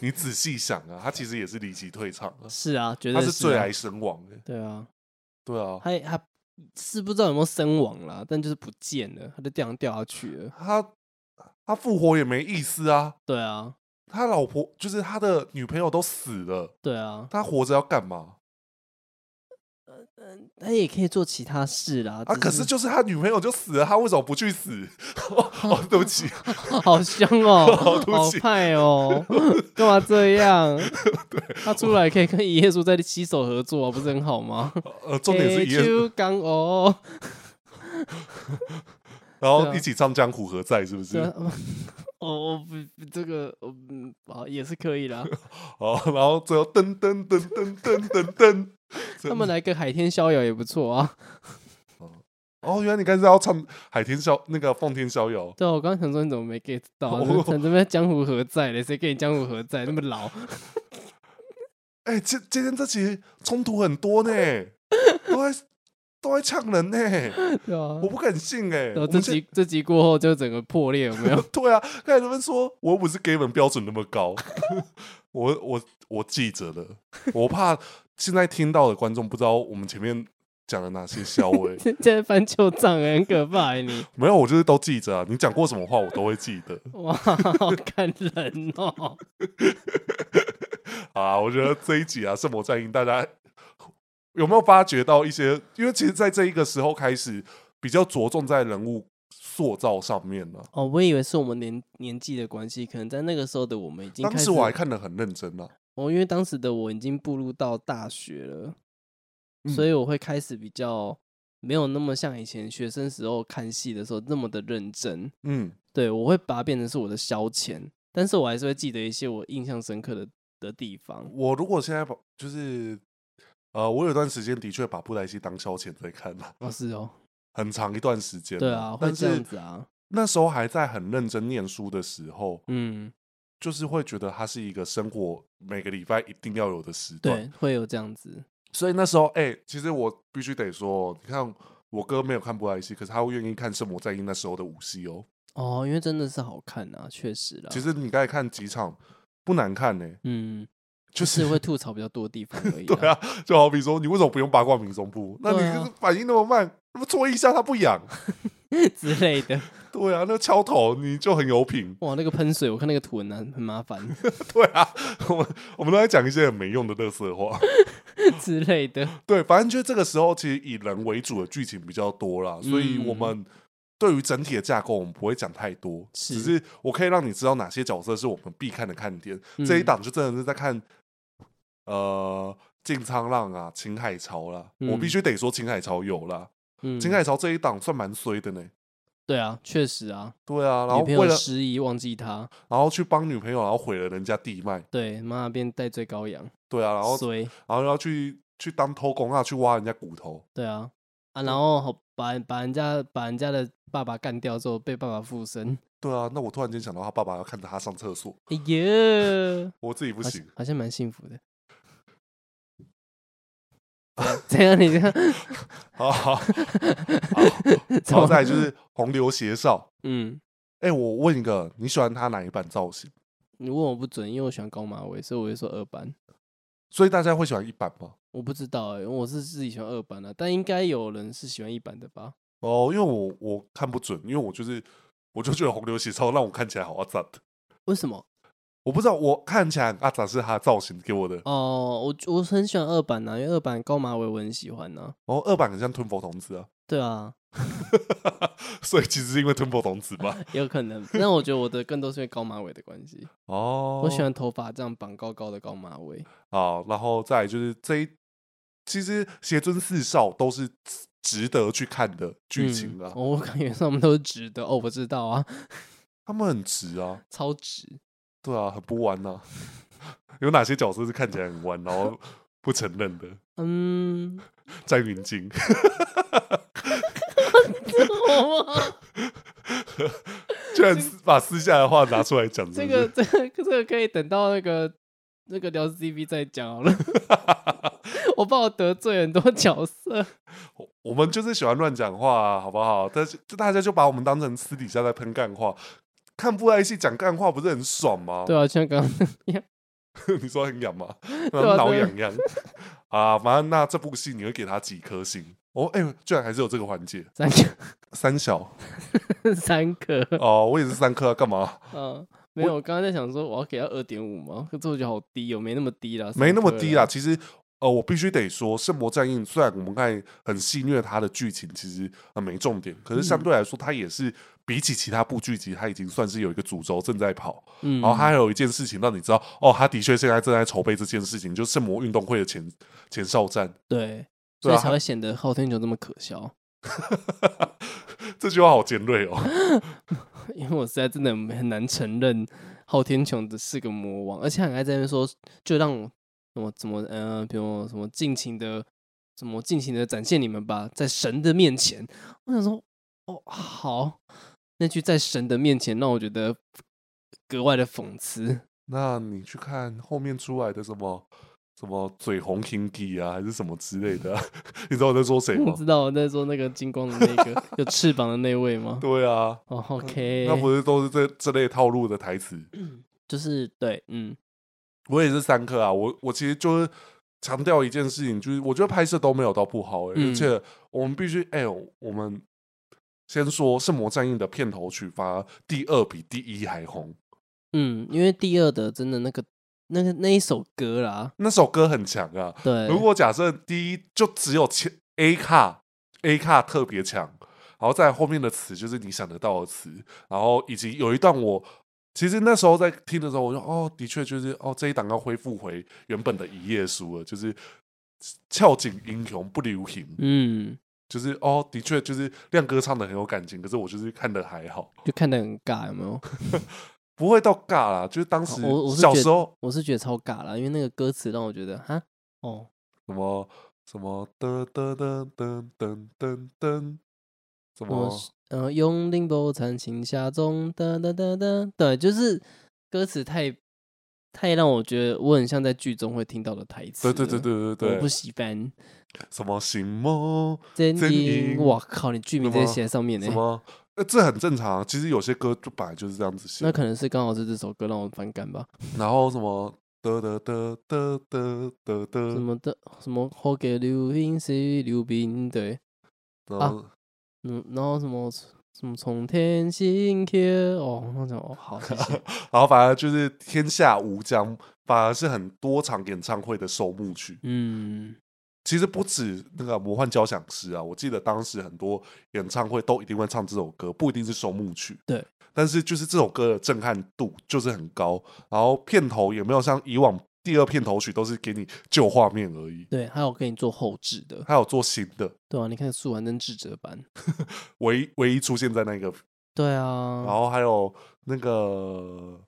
你仔细想啊，他其实也是离奇退场 [laughs] 了，
是啊，绝
他是
对啊
最癌身亡的。
对啊，
对啊，
他他是不知道有没有身亡啦，但就是不见了，他就这样掉下去了。
他他复活也没意思啊，
对啊，
他老婆就是他的女朋友都死了，
对啊，
他活着要干嘛？
他也可以做其他事啦。
啊，
只
可是就是他女朋友就死了，他为什么不去死？ [laughs] 哦，哦对不起，
好香
[laughs]
哦
好对，不
好
起
派哦，干嘛这
[laughs]
样？他出来可以跟爷爷叔在携手合作啊，不是很好吗？
呃，重点是一夜，
刚哦，
然
对
后
啊
一起唱江湖何在？是不是
对？啊， [laughs] 哦，我不这个，嗯，好也是可以 [laughs] 啦。
哦，然后最后噔噔噔噔噔噔噔，
他们来个海天逍遥也不错啊。
哦，原来你刚才要唱《海天逍》那个《奉天逍遥》。
对啊，我刚刚想说你怎么没 get 到？
哦
我这边江湖何在嘞？谁跟你江湖何在？那么 [laughs] 老，
哎、今今天这集冲突很多呢，都在都在呛人呢，
对啊
我。不敢信哎、
然后
我
这
们现
集这集过后就整个破裂，有没有？ [laughs]
对啊，刚才他们说我又不是 gay 们标准那么高， [laughs] 我我我记着了，我怕现在听到的观众不知道我们前面讲了哪些笑哎、
现在翻旧账欸，很可怕欸你。
没有，我就是都记着啊，你讲过什么话我都会记得。 [laughs]
哇，好感人哦！
啊，我觉得这一集啊，圣魔战役，大家有没有发觉到一些？因为其实，在这一个时候开始，比较着重在人物塑造上面了、
哦，我以为是我们年年纪的关系，可能在那个时候的我们已经
当
开始。
时我还看得很认真啊了、
哦，因为当时的我已经步入到大学了，
嗯
所以我会开始比较没有那么像以前学生时候看戏的时候那么的认真。
嗯，
对我会把它变成是我的消遣，但是我还是会记得一些我印象深刻的的地方。
嗯我如果现在把就是呃，我有段时间的确把布莱希当消遣在看了、啊
哦，是哦，
[laughs] 很长一段时间了。
对啊，会
但
这样
是
子啊，
那时候还在很认真念书的时候，
嗯，
就是会觉得它是一个生活每个礼拜一定要有的时段。
对，会有这样子，
所以那时候，哎、其实我必须得说，你看我哥没有看布莱希，可是他会愿意看《圣魔战役》那时候的武戏哦。
哦，因为真的是好看啊，确实啦。
其实你刚才看几场不难看呢、
嗯，
就
就是
是
会吐槽比较多地方而
[laughs]
已。
对，啊，就好比说你为什么不用八卦民众部？那你
对啊
就是反应那么慢，那么戳一下它不痒？
之类的。
对啊，那敲头你就很有品。
哇，那个喷水，我看那个图文啊，很麻烦
[laughs] 对啊，我们我们都在讲一些很没用的乐色话。啊
之类的。
对，反正就这个时候，其实以人为主的剧情比较多啦，所以我
嗯
们对于整体的架构，我们不会讲太多，
是
只是我可以让你知道哪些角色是我们必看的看点。这一
嗯
档就真的是在看，呃，进苍浪啊，秦海潮啦，我必
嗯
须得说秦海潮有啦，
嗯，
秦海潮这一档算蛮衰的呢。
对啊，确实啊，
对啊，然后
女朋
为
友
了
失忆忘记他，
然后去帮女朋友，然后毁了人家地脉，
对，妈变戴罪羔羊，
对啊，然后
衰，
然后要去去当偷工啊，去挖人家骨头，
对啊啊，然后好把把人家把人家的爸爸干掉之后，被爸爸附身，
对啊，那我突然间想到他爸爸要看着他上厕所，
哎呀，
我自己 [laughs] 不
好
行
像。好像蛮幸福的。
[laughs]
怎样？你这
[laughs]
样， [laughs]
好好，好
怎
然后
么
再来就是红流斜少。
嗯，
哎、我问一个，你喜欢他哪一版造型？
你问我不准，因为我喜欢高马尾，所以我就说二班。
所以大家会喜欢一版吗？
我不知道哎、因为我是自己喜欢二班的、啊但应该有人是喜欢一班的吧？
哦，因为我我看不准，因为我就是我就觉得红流斜少让我看起来好阿杂的，
为什么？
我不知道我看起来很阿杂是他的造型给我的。
啊哦，我我很喜欢二版呐、因为二版高马尾我很喜欢呐、
然后二版很像吞佛童子啊， [laughs]
对啊，
所以其实是因为吞破童子
[laughs]
吧？
有可能。但我觉得我的更多是因为高马尾的关系，
哦，
我喜欢头发这样绑高高的高马尾。
好，然后再来就是这一，其实邪尊四少都是值得去看的剧情
嗯
啊，
我感觉他们都是直的哦，我知道啊， [laughs]
他们很值啊，
超直。
对啊，很不弯呐、 [laughs] 有哪些角色是看起来很弯，然后不承认的？
嗯，
[laughs]
[laughs]
詹云晶， [laughs] 居然把私下的话拿出来讲，
这
是不
个
是
这个这个可以等到那个那个聊 CV 再讲
[laughs]
好了。我怕我得罪很多角色。
我我们就是喜欢乱讲话、啊，好不好？但是就大家就把我们当成私底下在喷干话，看布袋戏讲干话不是很爽吗？
对啊，像刚刚那样，
[laughs] 你说很痒吗？然
啊
后挠
对
痒痒啊！反正那这部戏你会给他几颗星？哦，哎、居然还是有这个环节，
三个
三小
三个，
哦，我也是三颗啊，干嘛？
嗯。没有，我刚刚在想说我要给他二点五嘛，可是我觉得好低哦，没那么低啦，
没那么低啦。
啊。
其实，呃，我必须得说，《圣魔战印》虽然我们刚才很戏谑它的剧情，其实呃没重点，可是
嗯
相对来说，它也是比起其他部剧集，它已经算是有一个主轴正在跑。
嗯，
然后它还有一件事情让你知道，哦，他的确现在正在筹备这件事情，就是圣魔运动会的前前哨战。
对，
对
所
啊
以才会显得昊天球这么可笑，
[laughs]
[laughs]
这句话好尖锐哦。 [laughs]
因为我实在真的很难承认昊天球的是个魔王，而且很爱在那边说，就让我什么怎么呃，比如什么尽情的，怎么尽情的展现你们吧，在神的面前，我想说，哦，好，那句在神的面前让我觉得格外的讽刺，
那你去看后面出来的什么什么嘴红 Kingy 啊，还是什么之类的啊、 [laughs] 你知道我在说谁
你
吗？
知道我在说那个金光的
[laughs]
那个有翅膀的那位吗？
对啊，
哦，OK，
那不是都是这这类套路的台词。
就是对，嗯，
我也是三颗啊，我我其实就是强调一件事情，就是我觉得拍摄都没有到不好、欸，
嗯
而且我们必须，哎、我们先说《圣魔战印》的片头曲，反而第二比第一还红。
嗯，因为第二的真的那个那个那一首歌啦，
那首歌很强啊，
对，
如果假设第一就只有前 A 卡 A 卡特别强，然后在后面的词就是你想得到的词，然后以及有一段我其实那时候在听的时候，我就哦，的确就是哦，这一档要恢复回原本的一页书了，就是俏景英雄不留行， [laughs]
嗯，
就是哦，的确就是亮哥唱的很有感情，可是我就是看的还好，
就看得很尬，有没有？ [laughs]
不会到尬啦，就是当时
哦我我是
小
觉得
时候
我是觉得超尬啦，因为那个歌词让我觉得哈哦，
什么什么噔噔噔噔噔噔噔，什
我
么。
呃，用林波弹琴匣中哒哒哒哒，对，就是歌词太太让我觉得我很像在剧中会听到的台词
对
了，
对对对对
我
对
不，喜欢。
什么行梦，
真
真
音，
音
我靠，你剧名直接
什么
写在上面呢
什？么，呃，这很正常啊。其实有些歌就本来就是这样子写
那，可能是刚好是这首歌让我反感吧？
然后什么得得得得得得
什
得，
么的，什么后给流冰谁流冰，对，
然后
嗯，然后什么什么从天心天，哦，那种哦，好，谢谢。
然后反而就是天下无疆，反而是很多场演唱会的收幕曲。
嗯，
其实不止那个魔幻交响诗啊，我记得当时很多演唱会都一定会唱这首歌，不一定是收幕曲。
对，
但是就是这首歌的震撼度就是很高，然后片头也没有像以往第二片头曲都是给你旧画面而已，
对，还有给你做后置的，
它有做新的，
对啊，你看素还真智者版，
唯一唯一出现在那个，
对
然
啊，
后还有那个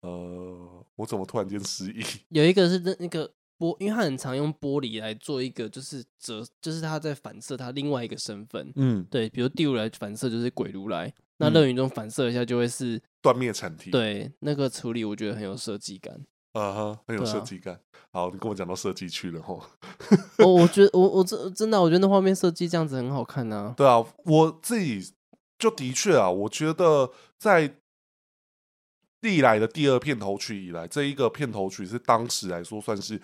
呃，我怎么突然间失忆？
有一个是那那个玻，因为他很常用玻璃来做一个就是折，就是他在反射他另外一个身份，
嗯，
对，比如地如来反射就是鬼如来，那
嗯
乐云中反射一下就会是
断灭产体，，
对那个处理，我觉得很有设计感。
呃哼，很有
对啊
设计感。好，你跟我讲到设计去了吼。
我哦我觉得我我真真的啊、我觉得那画面设计这样子很好看啊。
对啊，我自己就的确啊，我觉得在历来的第二片头曲以来，这一个片头曲是当时来说算是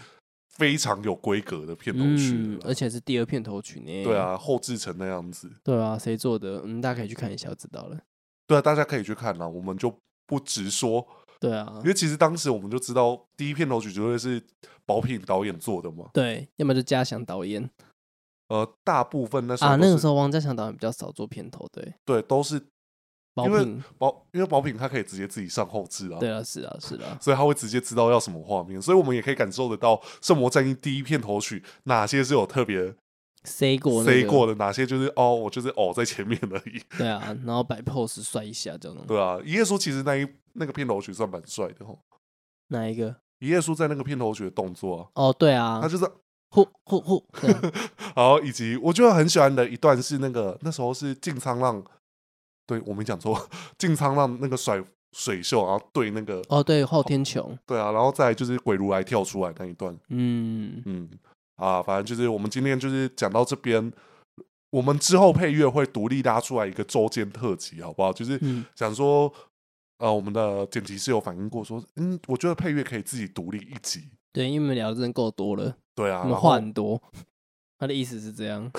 非常有规格的片头曲
嗯，
了啦、
而且是第二片头曲呢。
对，啊，后制成那样子，
对啊，谁做的？嗯，大家可以去看一下，就知道了。
对啊，大家可以去看啦，我们就不直说，
对啊
因，为其实当时我们就知道第一片头曲绝对是宝品导演做的嘛，
对，要么就嘉祥导演，
呃，大部分那时候
啊，
都
那个
是
时候王家强导演比较少做片头，对，
对都是
包
因为
品，
保，因为保品他可以直接自己上后置啊，
对啊，是啊，是啊，
所以他会直接知道要什么画面，所以我们也可以感受得到《圣魔战役》第一片头曲哪些是有特别
塞过那
C
个
过的，哪些就是哦，我就是哦在前面而已， [laughs]
对啊，然后摆 pose 帅一下这种，
对啊，一页书其实那一那个片头曲算蛮帅的哦，
哪一个？
一页书在那个片头曲的动作啊，
哦，对啊
他，就是
呼呼呼，
[laughs]
对啊
然后以及我就很喜欢的一段是那个那时候是进仓浪，对我没讲错， [laughs] 进仓浪那个甩水袖，然后对那个、
哦，对，昊天穹，
对啊，然后再来就是鬼如来跳出来那一段，
嗯，
嗯啊，反正就是我们今天就是讲到这边。我们之后配乐会独立拉出来一个周间特辑，好不好？就是
嗯
想说，呃，我们的剪辑师有反映过说，嗯，我觉得配乐可以自己独立一集，
对，因为我们聊的真的够多了，
对啊，
我们
然
话
后
很多。他的意思是这
[laughs]
样，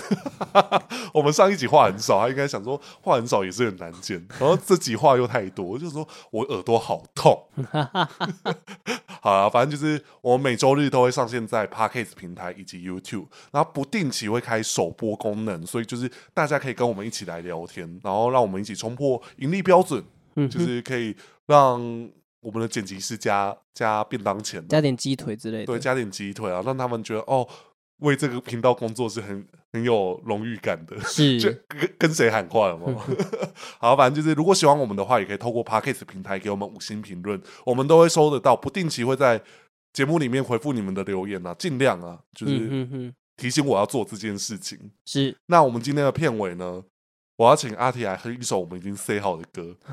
我们上一集话很少，他应该想说话很少也是很难剪，然后这集话又太多，我就说我耳朵好
[laughs]
痛。好啊，反正就是我们每周日都会上线在 Podcast 平台以及 YouTube，然后不定期会开首播功能，所以就是大家可以跟我们一起来聊天，然后让我们一起冲破盈利标准，
嗯
就
哼，
是可以让我们的剪辑师加加便当钱，
加点鸡腿之类
对，
的，
加点鸡腿啊，让他们觉得哦，为这个频道工作是很很有荣誉感的。就是跟跟谁喊话了
[laughs]
吗？好，反正就是如果喜欢我们的话，也可以透过 Podcast 平台给我们五星评论，我们都会收得到，不定期会在节目里面回复你们的留言啊，尽量啊，就是
嗯哼哼，
提醒我要做这件事情。
是
那我们今天的片尾呢，我要请阿提来哼一首我们已经 say 好的歌。
[laughs]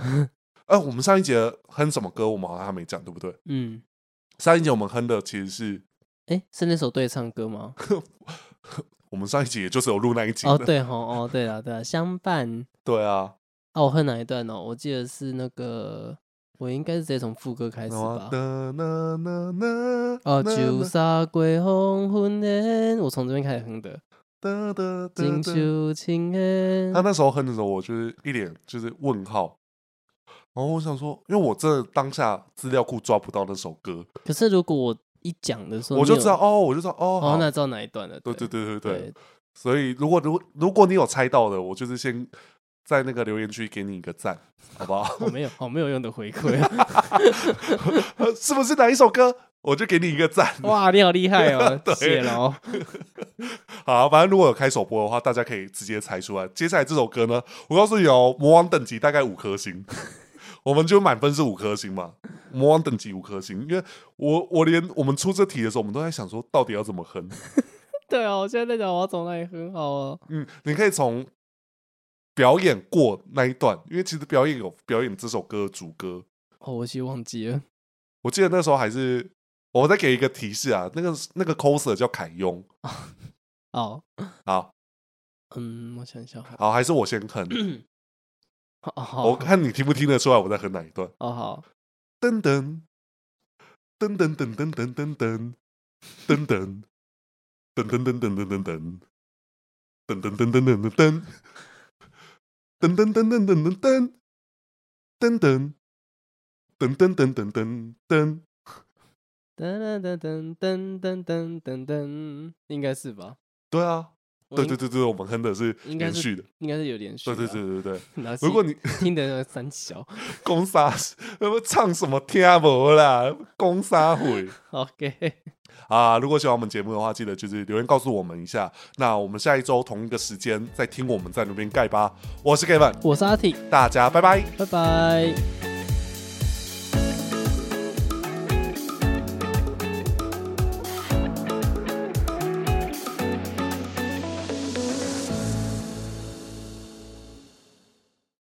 呃，我们上一节哼什么歌，我们好像还没讲，对不对？
嗯，
上一节我们哼的其实是
哎，是那首对唱歌吗？
我们上一集也就是有录那一集
哦，
的
对吼，哦，对了，对了，相伴。
[laughs] 对啊，
啊，我哼哪一段哦？我记得是那个，我应该是直接从副歌开始
然后
吧。
哒呐呐呐
哦，
呐
酒
呐
洒归红昏烟，我从这边开始哼的。
哒哒哒
锦
哒
绣情缘
啊他，那时候哼的时候，我就是一脸就是问号，然后我想说，因为我真的当下资料库抓不到那首歌，
可是如果我一讲的时候，
我就
你有
知道哦，我就知道哦，
哦
好，
那知道哪一段了。
对对对对对，
对，
所以如果如如果你有猜到的，我就是先在那个留言区给你一个赞，好不好？ [laughs]
好没有好没有用的回馈啊！
是不是哪一首歌？我就给你一个赞。
哇，你好厉害
[laughs]
哦 [laughs]
对，
谢喽。
好，反正如果有开首播的话，大家可以直接猜出来。接下来这首歌呢，我告诉你哦，魔王等级大概五颗星， [laughs] 我们就满分是五颗星嘛。魔王等级五颗星，因为我我连我们出这题的时候，我们都在想说到底要怎么哼。
对啊，我现在在讲我要从哪里很好啊。
嗯，你可以从表演过那一段，因为其实表演有表演这首歌的主歌。
哦，我其实忘记了。
我记得那时候还是我再给一个提示啊，那个那个 coser 叫凯庸。
哦，
好
嗯，我想一下哦。
好，还是我先哼，
哦好，
我看你听不听得出来我在哼哪一段。
哦好，
噔噔噔噔噔噔噔噔噔噔噔噔噔噔噔噔噔噔噔噔噔噔噔噔噔噔噔噔噔噔噔噔噔噔噔噔噔噔噔噔噔，
噔噔噔噔噔噔噔噔，应该是吧？
对啊，
我
对
应
对，对对，我们哼的是连续的，
应该是有连续
对
啊。
对对对对。
然后
如果
[laughs] 是
你
听得那三小
攻杀， [laughs] 那么唱什么听无啦，攻杀会。
，OK，
啊，如果喜欢我们节目的话，记得就是留言告诉我们一下。那我们下一周同一个时 [laughs] 间再听我们在那边盖吧。我是 Kevin，
我是阿 T，
大家拜拜。
拜拜。